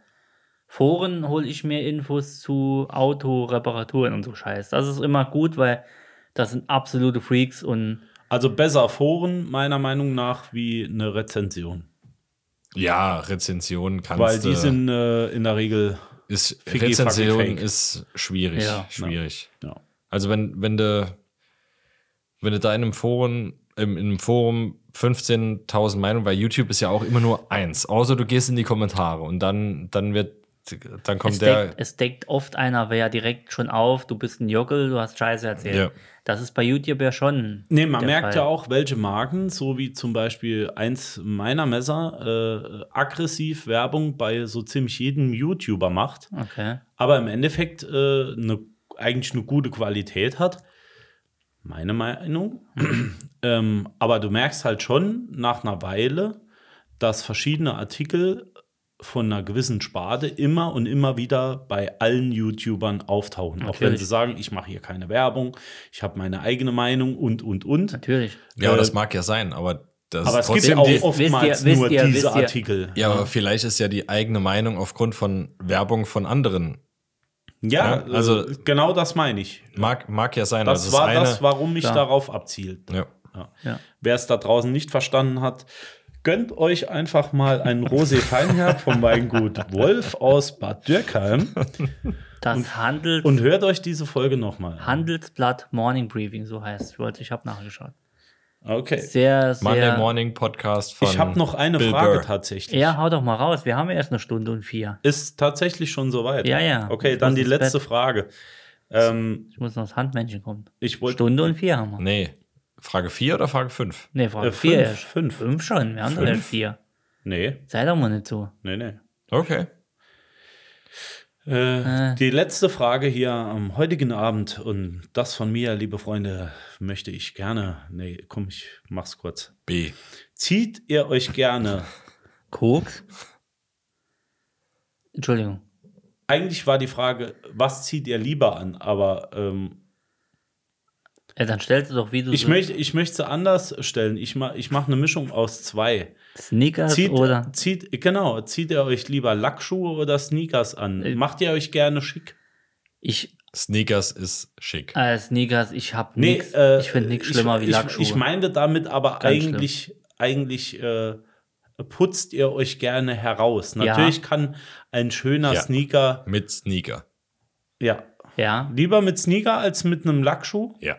Speaker 1: Foren hole ich mir Infos zu Autoreparaturen und so Scheiß. Das ist immer gut, weil das sind absolute Freaks und
Speaker 2: Also besser Foren meiner Meinung nach wie eine Rezension,
Speaker 3: Ja, Rezensionen kannst
Speaker 2: weil
Speaker 3: du-
Speaker 2: die sind äh, in der Regel
Speaker 3: ist
Speaker 2: Ficky fucking
Speaker 3: Rezension
Speaker 2: fake.
Speaker 3: ist schwierig,
Speaker 1: Ja.
Speaker 3: schwierig.
Speaker 2: ja.
Speaker 3: Also wenn wenn du wenn du da in einem Forum im, in einem Forum 15.000 Meinungen bei YouTube ist ja auch immer nur eins. Außer du gehst in die Kommentare und dann dann wird dann kommt
Speaker 1: es
Speaker 3: der
Speaker 1: deckt, es deckt oft einer, wer ja direkt schon auf, du bist ein Jockel, du hast Scheiße erzählt.
Speaker 3: Ja.
Speaker 1: Das ist bei YouTube ja schon.
Speaker 2: Nee, man
Speaker 1: der
Speaker 2: merkt
Speaker 1: Fall.
Speaker 2: ja auch, welche Marken, so wie zum Beispiel eins meiner Messer, äh, aggressiv Werbung bei so ziemlich jedem YouTuber macht.
Speaker 1: Okay.
Speaker 2: aber im Endeffekt äh, eine, eigentlich eine gute Qualität hat. Meine Meinung. ähm, aber du merkst halt schon nach einer Weile, dass verschiedene Artikel von einer gewissen Sparte immer und immer wieder bei allen YouTubern auftauchen. Auch wenn
Speaker 1: Natürlich.
Speaker 2: sie sagen, ich mache hier keine Werbung, ich habe meine eigene Meinung und, und, und.
Speaker 1: Natürlich.
Speaker 3: ja,
Speaker 2: äh,
Speaker 3: das mag ja sein, aber das
Speaker 2: Aber
Speaker 3: ist
Speaker 2: es gibt
Speaker 3: trotzdem
Speaker 2: ja auch um
Speaker 3: die,
Speaker 1: wisst ihr-
Speaker 2: oftmals
Speaker 1: wisst
Speaker 2: nur
Speaker 1: ihr-
Speaker 2: diese
Speaker 1: wisst ihr-
Speaker 2: Artikel.
Speaker 3: ja, aber vielleicht ist ja die eigene Meinung aufgrund von Werbung von anderen.
Speaker 2: Ja,
Speaker 3: Ja, also-
Speaker 2: also genau das meine ich.
Speaker 3: Mag, mag ja sein.
Speaker 2: Das
Speaker 3: also
Speaker 2: war
Speaker 3: eine,
Speaker 2: das, warum ich
Speaker 1: Klar.
Speaker 2: darauf abzielt.
Speaker 3: Ja.
Speaker 1: Ja.
Speaker 2: Wer es da draußen nicht verstanden hat, gönnt euch einfach mal einen Rosé Feinherb vom Weingut Wolf aus Bad Dürkheim
Speaker 1: Das Handels
Speaker 2: und hört euch diese Folge nochmal an.
Speaker 1: Handelsblatt Morning Briefing, so heißt es. Leute, Ich habe nachgeschaut.
Speaker 2: Okay.
Speaker 1: Sehr, sehr.
Speaker 3: Monday Morning Podcast von
Speaker 2: Ich habe noch eine
Speaker 3: Bill
Speaker 2: Frage
Speaker 3: Burr.
Speaker 2: tatsächlich.
Speaker 1: Ja, hau doch mal raus. Wir haben ja erst eine Stunde und vier.
Speaker 2: Ist tatsächlich schon soweit.
Speaker 1: Ja, ja.
Speaker 2: Okay,
Speaker 1: Ich
Speaker 2: dann
Speaker 1: muss
Speaker 2: die
Speaker 1: ins
Speaker 2: letzte
Speaker 1: Bett.
Speaker 2: Frage. Ähm,
Speaker 1: Ich muss noch das Handmännchen kommen.
Speaker 2: ich wollte.
Speaker 1: Stunde und vier haben wir.
Speaker 3: Nee, Frage 4 oder Frage 5?
Speaker 1: Nee, Frage
Speaker 2: Äh,
Speaker 1: 4.
Speaker 2: fünf, fünf.
Speaker 1: fünf schon. Wir haben doch
Speaker 2: Fünf.
Speaker 1: jetzt vier.
Speaker 2: Nee,
Speaker 1: Sei doch mal nicht so.
Speaker 2: nee, nee.
Speaker 3: Okay.
Speaker 2: Äh, die letzte Frage hier am heutigen Abend und das von mir, liebe Freunde, möchte ich gerne. Nee, komm, ich mach's kurz.
Speaker 3: B.
Speaker 2: Zieht ihr euch gerne?
Speaker 1: Koks? Entschuldigung.
Speaker 2: Eigentlich war die Frage, was zieht ihr lieber an? Aber ähm,
Speaker 1: Ja, dann stellst du doch, wie du
Speaker 2: ich
Speaker 1: so
Speaker 2: möchte ich möchte sie anders stellen. Ich mache ich mach eine Mischung aus zwei.
Speaker 1: Sneakers
Speaker 2: Zieht,
Speaker 1: Äh, oder.
Speaker 2: zieht, genau, zieht ihr euch lieber Lackschuhe oder Sneakers an?
Speaker 1: Äh.
Speaker 2: Macht ihr euch gerne schick?
Speaker 1: Ich,
Speaker 3: Sneakers ist schick.
Speaker 1: äh, Sneakers, ich hab
Speaker 2: Nee,
Speaker 1: nix.
Speaker 2: äh,
Speaker 1: ich finde nichts schlimmer wie
Speaker 2: ich,
Speaker 1: Lackschuhe.
Speaker 2: Ich meinte damit aber
Speaker 1: Ganz
Speaker 2: eigentlich, eigentlich äh, putzt ihr euch gerne heraus. Natürlich kann ein schöner
Speaker 3: Ja.
Speaker 2: Sneaker,
Speaker 3: Mit Sneaker.
Speaker 2: ja,
Speaker 1: ja.
Speaker 2: lieber mit Sneaker als mit einem Lackschuh,
Speaker 3: Ja.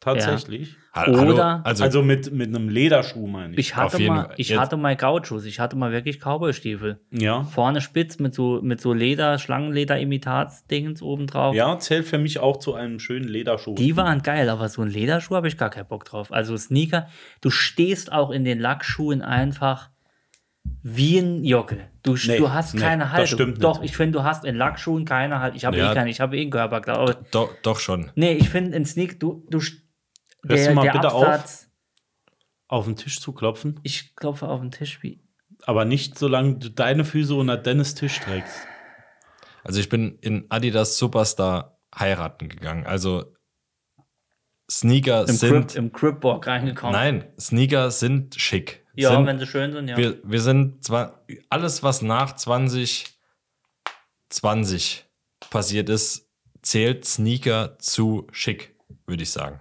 Speaker 2: tatsächlich.
Speaker 3: Ha-
Speaker 1: Oder-
Speaker 3: hallo,
Speaker 2: Also,
Speaker 3: also,
Speaker 2: mit, mit einem Lederschuh meine ich.
Speaker 1: Ich hatte
Speaker 3: auf jeden
Speaker 1: mal,
Speaker 3: Fall.
Speaker 1: ich
Speaker 3: Jetzt-
Speaker 1: hatte mal Gauchos, ich hatte mal wirklich Cowboy-Stiefel.
Speaker 2: ja.
Speaker 1: Vorne spitz mit so, mit so Leder, Schlangenleder-Imitats-Dingens obendrauf.
Speaker 2: ja, zählt für mich auch zu einem schönen Lederschuh.
Speaker 1: Die waren geil, aber so ein Lederschuh habe ich gar keinen Bock drauf. Also Sneaker, du stehst auch in den Lackschuhen einfach wie ein Jockel. Du,
Speaker 2: Nee,
Speaker 1: du hast
Speaker 2: nee,
Speaker 1: keine
Speaker 2: das
Speaker 1: Haltung.
Speaker 2: stimmt nicht.
Speaker 1: Doch, ich finde, du hast in Lackschuhen keine Haltung. Ich habe
Speaker 3: Ja.
Speaker 1: eh keine, ich habe eh einen Körper, glaube ich.
Speaker 3: doch, doch schon.
Speaker 1: Nee, ich finde in Sneak, du, du st-
Speaker 2: Hörst du mal bitte auf?
Speaker 1: Absatz,
Speaker 2: Auf den Tisch zu klopfen,
Speaker 1: ich klopfe auf den Tisch wie.
Speaker 2: aber nicht solange du deine Füße unter Dennis Tisch trägst.
Speaker 3: Also ich bin in Adidas Superstar heiraten gegangen. Also Sneaker
Speaker 1: Im, Crip,
Speaker 3: sind.
Speaker 1: im Cripwalk reingekommen.
Speaker 3: nein, Sneaker sind schick.
Speaker 1: Ja,
Speaker 3: sind,
Speaker 1: wenn sie schön sind, ja.
Speaker 3: wir, wir sind zwar alles, was nach 2020 passiert ist, zählt Sneaker zu schick, würde ich sagen.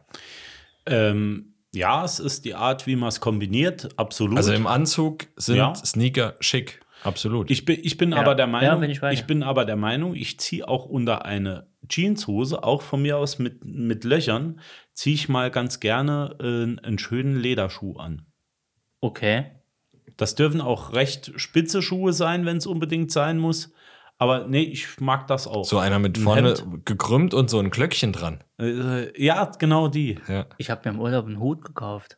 Speaker 2: Ähm, ja, es ist die Art, wie man es kombiniert, absolut.
Speaker 3: Also im Anzug sind
Speaker 2: Ja.
Speaker 3: Sneaker schick, absolut.
Speaker 2: Ich bin, ich bin
Speaker 1: Ja.
Speaker 2: aber der
Speaker 1: Ja,
Speaker 2: Meinung,
Speaker 1: bin
Speaker 2: ich,
Speaker 1: ich bei dir.
Speaker 2: bin aber der Meinung, ich ziehe auch unter eine Jeanshose, auch von mir aus mit, mit Löchern, ziehe ich mal ganz gerne äh, einen schönen Lederschuh an.
Speaker 1: Okay.
Speaker 2: Das dürfen auch recht spitze Schuhe sein, wenn es unbedingt sein muss. Aber nee, ich mag das auch.
Speaker 3: so einer mit
Speaker 2: Ein
Speaker 3: vorne
Speaker 2: Hemd.
Speaker 3: gekrümmt und so ein Glöckchen dran.
Speaker 2: Äh, ja, genau die.
Speaker 3: Ja.
Speaker 1: Ich habe mir im Urlaub einen Hut gekauft.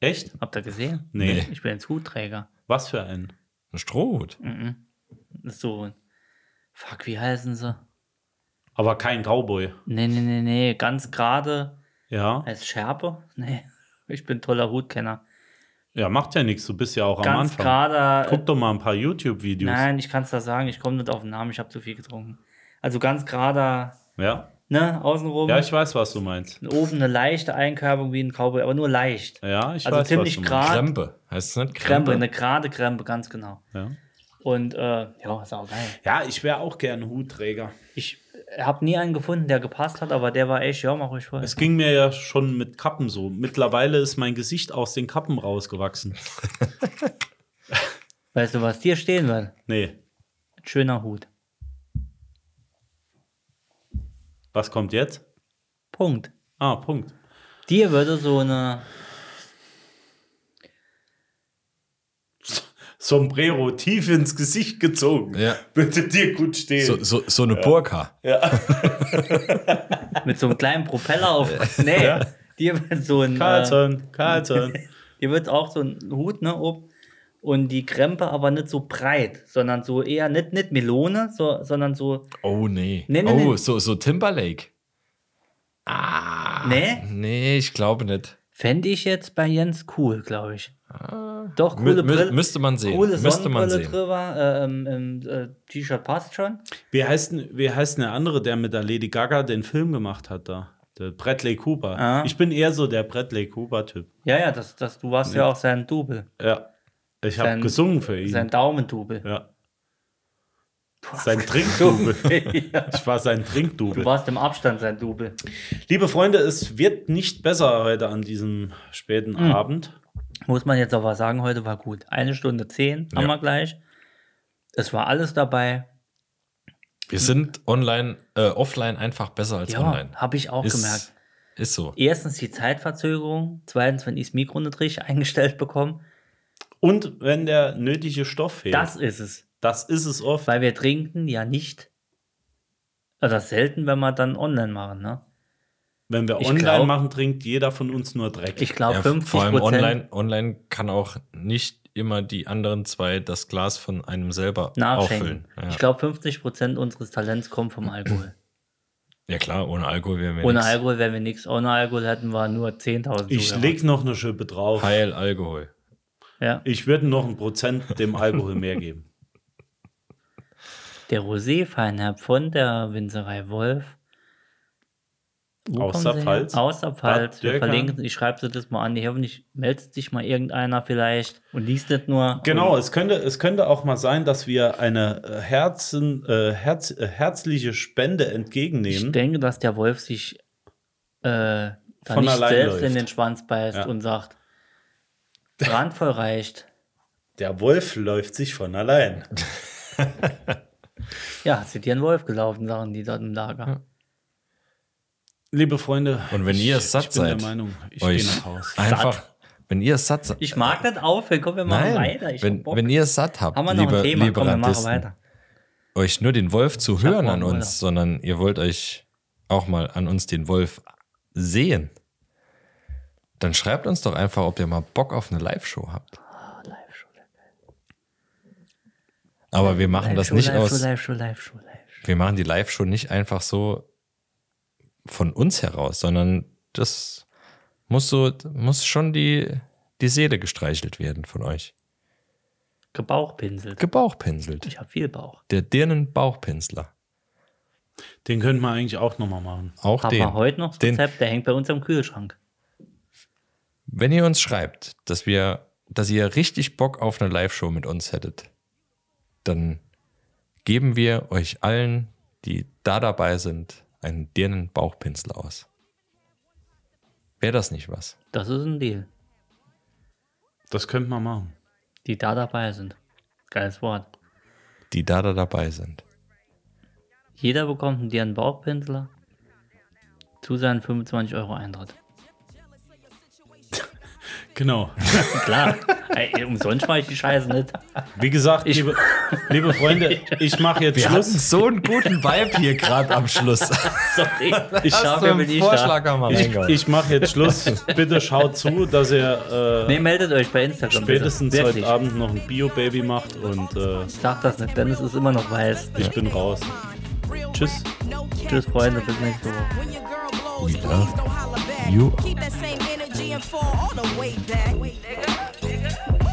Speaker 2: Echt?
Speaker 1: Habt ihr gesehen?
Speaker 2: Nee.
Speaker 1: Ich bin jetzt Hutträger.
Speaker 2: Was für ein?
Speaker 3: Ein Strohhut.
Speaker 1: So. Fuck, wie heißen sie?
Speaker 2: Aber kein Cowboy.
Speaker 1: Nee, nee, nee, nee, ganz gerade
Speaker 2: Ja,
Speaker 1: als Schärpe. Nee, ich bin toller Hutkenner.
Speaker 2: ja, macht ja nichts. Du bist ja auch am
Speaker 1: Ganz
Speaker 2: Anfang.
Speaker 1: gerade.
Speaker 2: Guck doch mal ein paar YouTube-Videos.
Speaker 1: nein, ich kann es da sagen, ich komme nicht auf den Namen, ich habe zu viel getrunken. Also ganz gerade,
Speaker 2: Ja.
Speaker 1: ne, außenrum.
Speaker 2: ja, ich weiß, was du meinst.
Speaker 1: ein Ofen, eine leichte Einkerbung wie ein Cowboy, aber nur leicht.
Speaker 2: Ja, ich
Speaker 1: Also
Speaker 2: weiß,
Speaker 1: ziemlich
Speaker 2: was du meinst.
Speaker 1: gerade.
Speaker 3: Krempe. Heißt es nicht?
Speaker 1: Krempe, eine gerade Krempe, ganz genau.
Speaker 2: Ja.
Speaker 1: Und äh, ja, ist auch geil.
Speaker 2: Ja, ich wäre auch gerne Hutträger.
Speaker 1: Ich habe nie einen gefunden, der gepasst hat, aber der war echt, ja, mach ruhig voll.
Speaker 2: Es ging mir ja schon mit Kappen so. Mittlerweile ist mein Gesicht aus den Kappen rausgewachsen.
Speaker 1: Weißt du, was dir stehen wird?
Speaker 2: Nee,
Speaker 1: Ein schöner Hut.
Speaker 2: was kommt jetzt?
Speaker 1: Punkt.
Speaker 2: Ah, Punkt.
Speaker 1: Dir würde so eine
Speaker 2: Sombrero tief ins Gesicht gezogen.
Speaker 3: Ja.
Speaker 2: Bitte dir gut stehen.
Speaker 3: So, so, so eine Burka.
Speaker 1: Mit so einem kleinen Propeller auf. Nee, dir wird so ein. Äh,
Speaker 2: Carlson, Carlson.
Speaker 1: dir wird auch so ein Hut, ne, ob. Und die Krempe aber nicht so breit, sondern so eher nicht, nicht Melone, so, sondern so.
Speaker 3: Oh nee.
Speaker 1: Nee, nee,
Speaker 3: oh,
Speaker 1: nee.
Speaker 3: So, so Timberlake. Ah.
Speaker 1: Ne?
Speaker 3: Nee, ich glaube nicht.
Speaker 1: Fände ich jetzt bei Jens cool, glaube ich. Doch,
Speaker 3: Ah. Mü
Speaker 1: coole
Speaker 3: mü-
Speaker 1: Brille.
Speaker 3: müsste man sehen.
Speaker 1: Coole
Speaker 3: Müsste man
Speaker 1: Sonnenbrille
Speaker 3: sehen.
Speaker 1: drüber. Äh, ähm, ähm, äh, T-Shirt passt schon.
Speaker 2: wie, heißt, denn- wie heißt denn der andere, der mit der Lady Gaga den Film gemacht hat da? Der Bradley Cooper.
Speaker 1: Ah.
Speaker 2: Ich bin eher so der Bradley Cooper-Typ.
Speaker 1: Ja, ja, das, das, du warst ja auch sein Double.
Speaker 2: Ja. Ich habe
Speaker 1: Sein-
Speaker 2: gesungen für ihn.
Speaker 1: Sein Daumendouble.
Speaker 2: ja. Sein Trinkdubel.
Speaker 1: Ja.
Speaker 2: Ich war sein Trinkdubel.
Speaker 1: Du warst im Abstand sein Double.
Speaker 2: Liebe Freunde, es wird nicht besser heute an diesem späten
Speaker 1: Hm.
Speaker 2: Abend.
Speaker 1: Muss man jetzt aber sagen, heute war gut. Eine Stunde zehn haben
Speaker 3: Ja.
Speaker 1: wir gleich. Es war alles dabei.
Speaker 3: Wir sind online, äh, offline einfach besser als
Speaker 1: Ja,
Speaker 3: online.
Speaker 1: habe ich auch
Speaker 3: ist,
Speaker 1: gemerkt.
Speaker 3: Ist so.
Speaker 1: Erstens die Zeitverzögerung. Zweitens, wenn ich das Mikro nicht richtig eingestellt bekomme.
Speaker 2: Und wenn der nötige Stoff fehlt,
Speaker 1: Das ist es.
Speaker 2: das ist es oft.
Speaker 1: Weil wir trinken ja nicht. Oder selten, wenn wir dann online machen, ne?
Speaker 2: Wenn wir
Speaker 1: Ich
Speaker 2: online
Speaker 1: glaub-
Speaker 2: machen, trinkt jeder von uns nur Dreck.
Speaker 1: Ich glaube,
Speaker 3: Ja,
Speaker 1: 50
Speaker 3: vor allem
Speaker 1: Prozent.
Speaker 3: online, online kann auch nicht immer die anderen zwei das Glas von einem selber
Speaker 1: nachschenken.
Speaker 3: auffüllen. Ja.
Speaker 1: Ich glaube, 50 Prozent unseres Talents kommen vom Alkohol.
Speaker 3: ja klar, ohne Alkohol wären wir
Speaker 1: Ohne
Speaker 3: nix.
Speaker 1: Alkohol wären wir nichts. Ohne Alkohol hätten wir nur 10.000
Speaker 2: ich
Speaker 1: Zuhörer.
Speaker 2: leg noch eine Schippe drauf.
Speaker 3: Heil Alkohol.
Speaker 1: ja.
Speaker 2: Ich würde noch ein Prozent dem Alkohol mehr geben.
Speaker 1: Der Rosé-Feinherb von der Winzerei Wolf. Wo
Speaker 2: Aus
Speaker 1: kommen
Speaker 2: der
Speaker 1: sie her?
Speaker 2: Pfalz.
Speaker 1: Aus der Pfalz. Wir
Speaker 2: Dürkheim.
Speaker 1: verlinken, ich schreibe sie das mal an. Die hoffentlich meldet sich mal irgendeiner vielleicht und liest nicht nur.
Speaker 2: Genau,
Speaker 1: Und
Speaker 2: es könnte, es könnte auch mal sein, dass wir eine äh, Herzen, äh, herz, äh, herzliche Spende
Speaker 1: ich
Speaker 2: entgegennehmen.
Speaker 1: denke, dass der Wolf sich äh, da
Speaker 2: Von
Speaker 1: nicht
Speaker 2: allein
Speaker 1: selbst
Speaker 2: läuft.
Speaker 1: in den Schwanz beißt
Speaker 2: Ja.
Speaker 1: und sagt, randvoll reicht.
Speaker 2: Der Wolf läuft sich von allein.
Speaker 1: Ja, hast du dir einen Wolf gelaufen, sagen die dort im Lager.
Speaker 2: Liebe Freunde,
Speaker 3: Und wenn ihr
Speaker 2: ich,
Speaker 3: satt
Speaker 2: ich bin
Speaker 3: seid,
Speaker 2: der Meinung, ich gehe
Speaker 3: Euch
Speaker 2: nach Hause.
Speaker 3: einfach, wenn ihr satt seid.
Speaker 1: Ich mag nicht aufhören. Komm, wir machen
Speaker 3: Nein,
Speaker 1: weiter. Ich hab
Speaker 3: wenn,
Speaker 1: Bock.
Speaker 3: wenn ihr satt habt,
Speaker 1: Haben wir noch
Speaker 3: liebe,
Speaker 1: ein Thema?
Speaker 3: liebe
Speaker 1: Komm, wir machen
Speaker 3: Radisten,
Speaker 1: weiter.
Speaker 3: euch nur den Wolf zu
Speaker 1: hab
Speaker 3: hören
Speaker 1: mal
Speaker 3: an
Speaker 1: Hunger.
Speaker 3: uns, sondern ihr wollt euch auch mal an uns den Wolf sehen, dann schreibt uns doch einfach, ob ihr mal Bock auf eine Live-Show habt.
Speaker 1: Ah,
Speaker 3: Aber wir machen das
Speaker 1: Live-Show,
Speaker 3: nicht
Speaker 1: Live-Show,
Speaker 3: aus.
Speaker 1: Live-Show, Live-Show, Live-Show.
Speaker 3: wir machen die Live-Show nicht einfach so von uns heraus, sondern das muss so, muss schon die, die Seele gestreichelt werden von euch.
Speaker 1: Gebauchpinselt.
Speaker 3: Gebauchpinselt.
Speaker 1: ich habe viel Bauch.
Speaker 3: Der Dirnenbauchpinsler.
Speaker 2: Den könnten wir eigentlich auch nochmal machen.
Speaker 3: Auch
Speaker 1: Haben
Speaker 3: den.
Speaker 1: wir heute noch das
Speaker 3: den,
Speaker 1: Rezept? Der hängt bei uns am Kühlschrank.
Speaker 3: Wenn ihr uns schreibt, dass wir, dass ihr richtig Bock auf eine Live-Show mit uns hättet, dann geben wir euch allen, die da dabei sind, einen dirnen Bauchpinsel aus. Wäre das nicht was?
Speaker 1: Das ist ein Deal.
Speaker 2: Das könnten wir machen.
Speaker 1: Die da dabei sind. Geiles Wort.
Speaker 3: Die da, da dabei sind.
Speaker 1: Jeder bekommt einen Dieren Bauchpinsler zu seinen 25 Euro Eintritt.
Speaker 2: Genau.
Speaker 1: Klar. Ey, umsonst mache ich die Scheiße nicht.
Speaker 2: Wie gesagt,
Speaker 1: Ich-
Speaker 2: liebe, liebe Freunde, ich mache jetzt Schluss.
Speaker 3: so einen guten Vibe hier gerade am Schluss.
Speaker 1: Sorry. Ich
Speaker 3: Hast
Speaker 1: schaffe
Speaker 3: du
Speaker 1: bin
Speaker 3: einen
Speaker 1: ich da.
Speaker 3: Vorschlag einmal
Speaker 2: Ich,
Speaker 3: reingehauen.
Speaker 2: ich mache jetzt Schluss. Bitte schaut zu, dass ihr äh,
Speaker 1: Nee, meldet euch bei Instagram. bitte.
Speaker 2: spätestens
Speaker 1: Wirklich.
Speaker 2: heute Abend noch ein Bio-Baby macht und äh,
Speaker 1: Sag das nicht, Dennis ist immer noch weiß.
Speaker 2: ich bin raus. Tschüss.
Speaker 1: Tschüss, Freunde, bis nächste Woche.
Speaker 3: Love you.
Speaker 5: Keep that same energy and fall all the way back.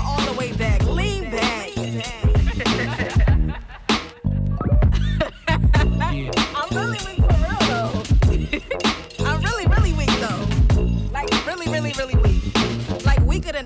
Speaker 5: All the way back. Lean back. I'm really weak for real though. I'm really, really weak though. Like really, really, really weak. Like weaker than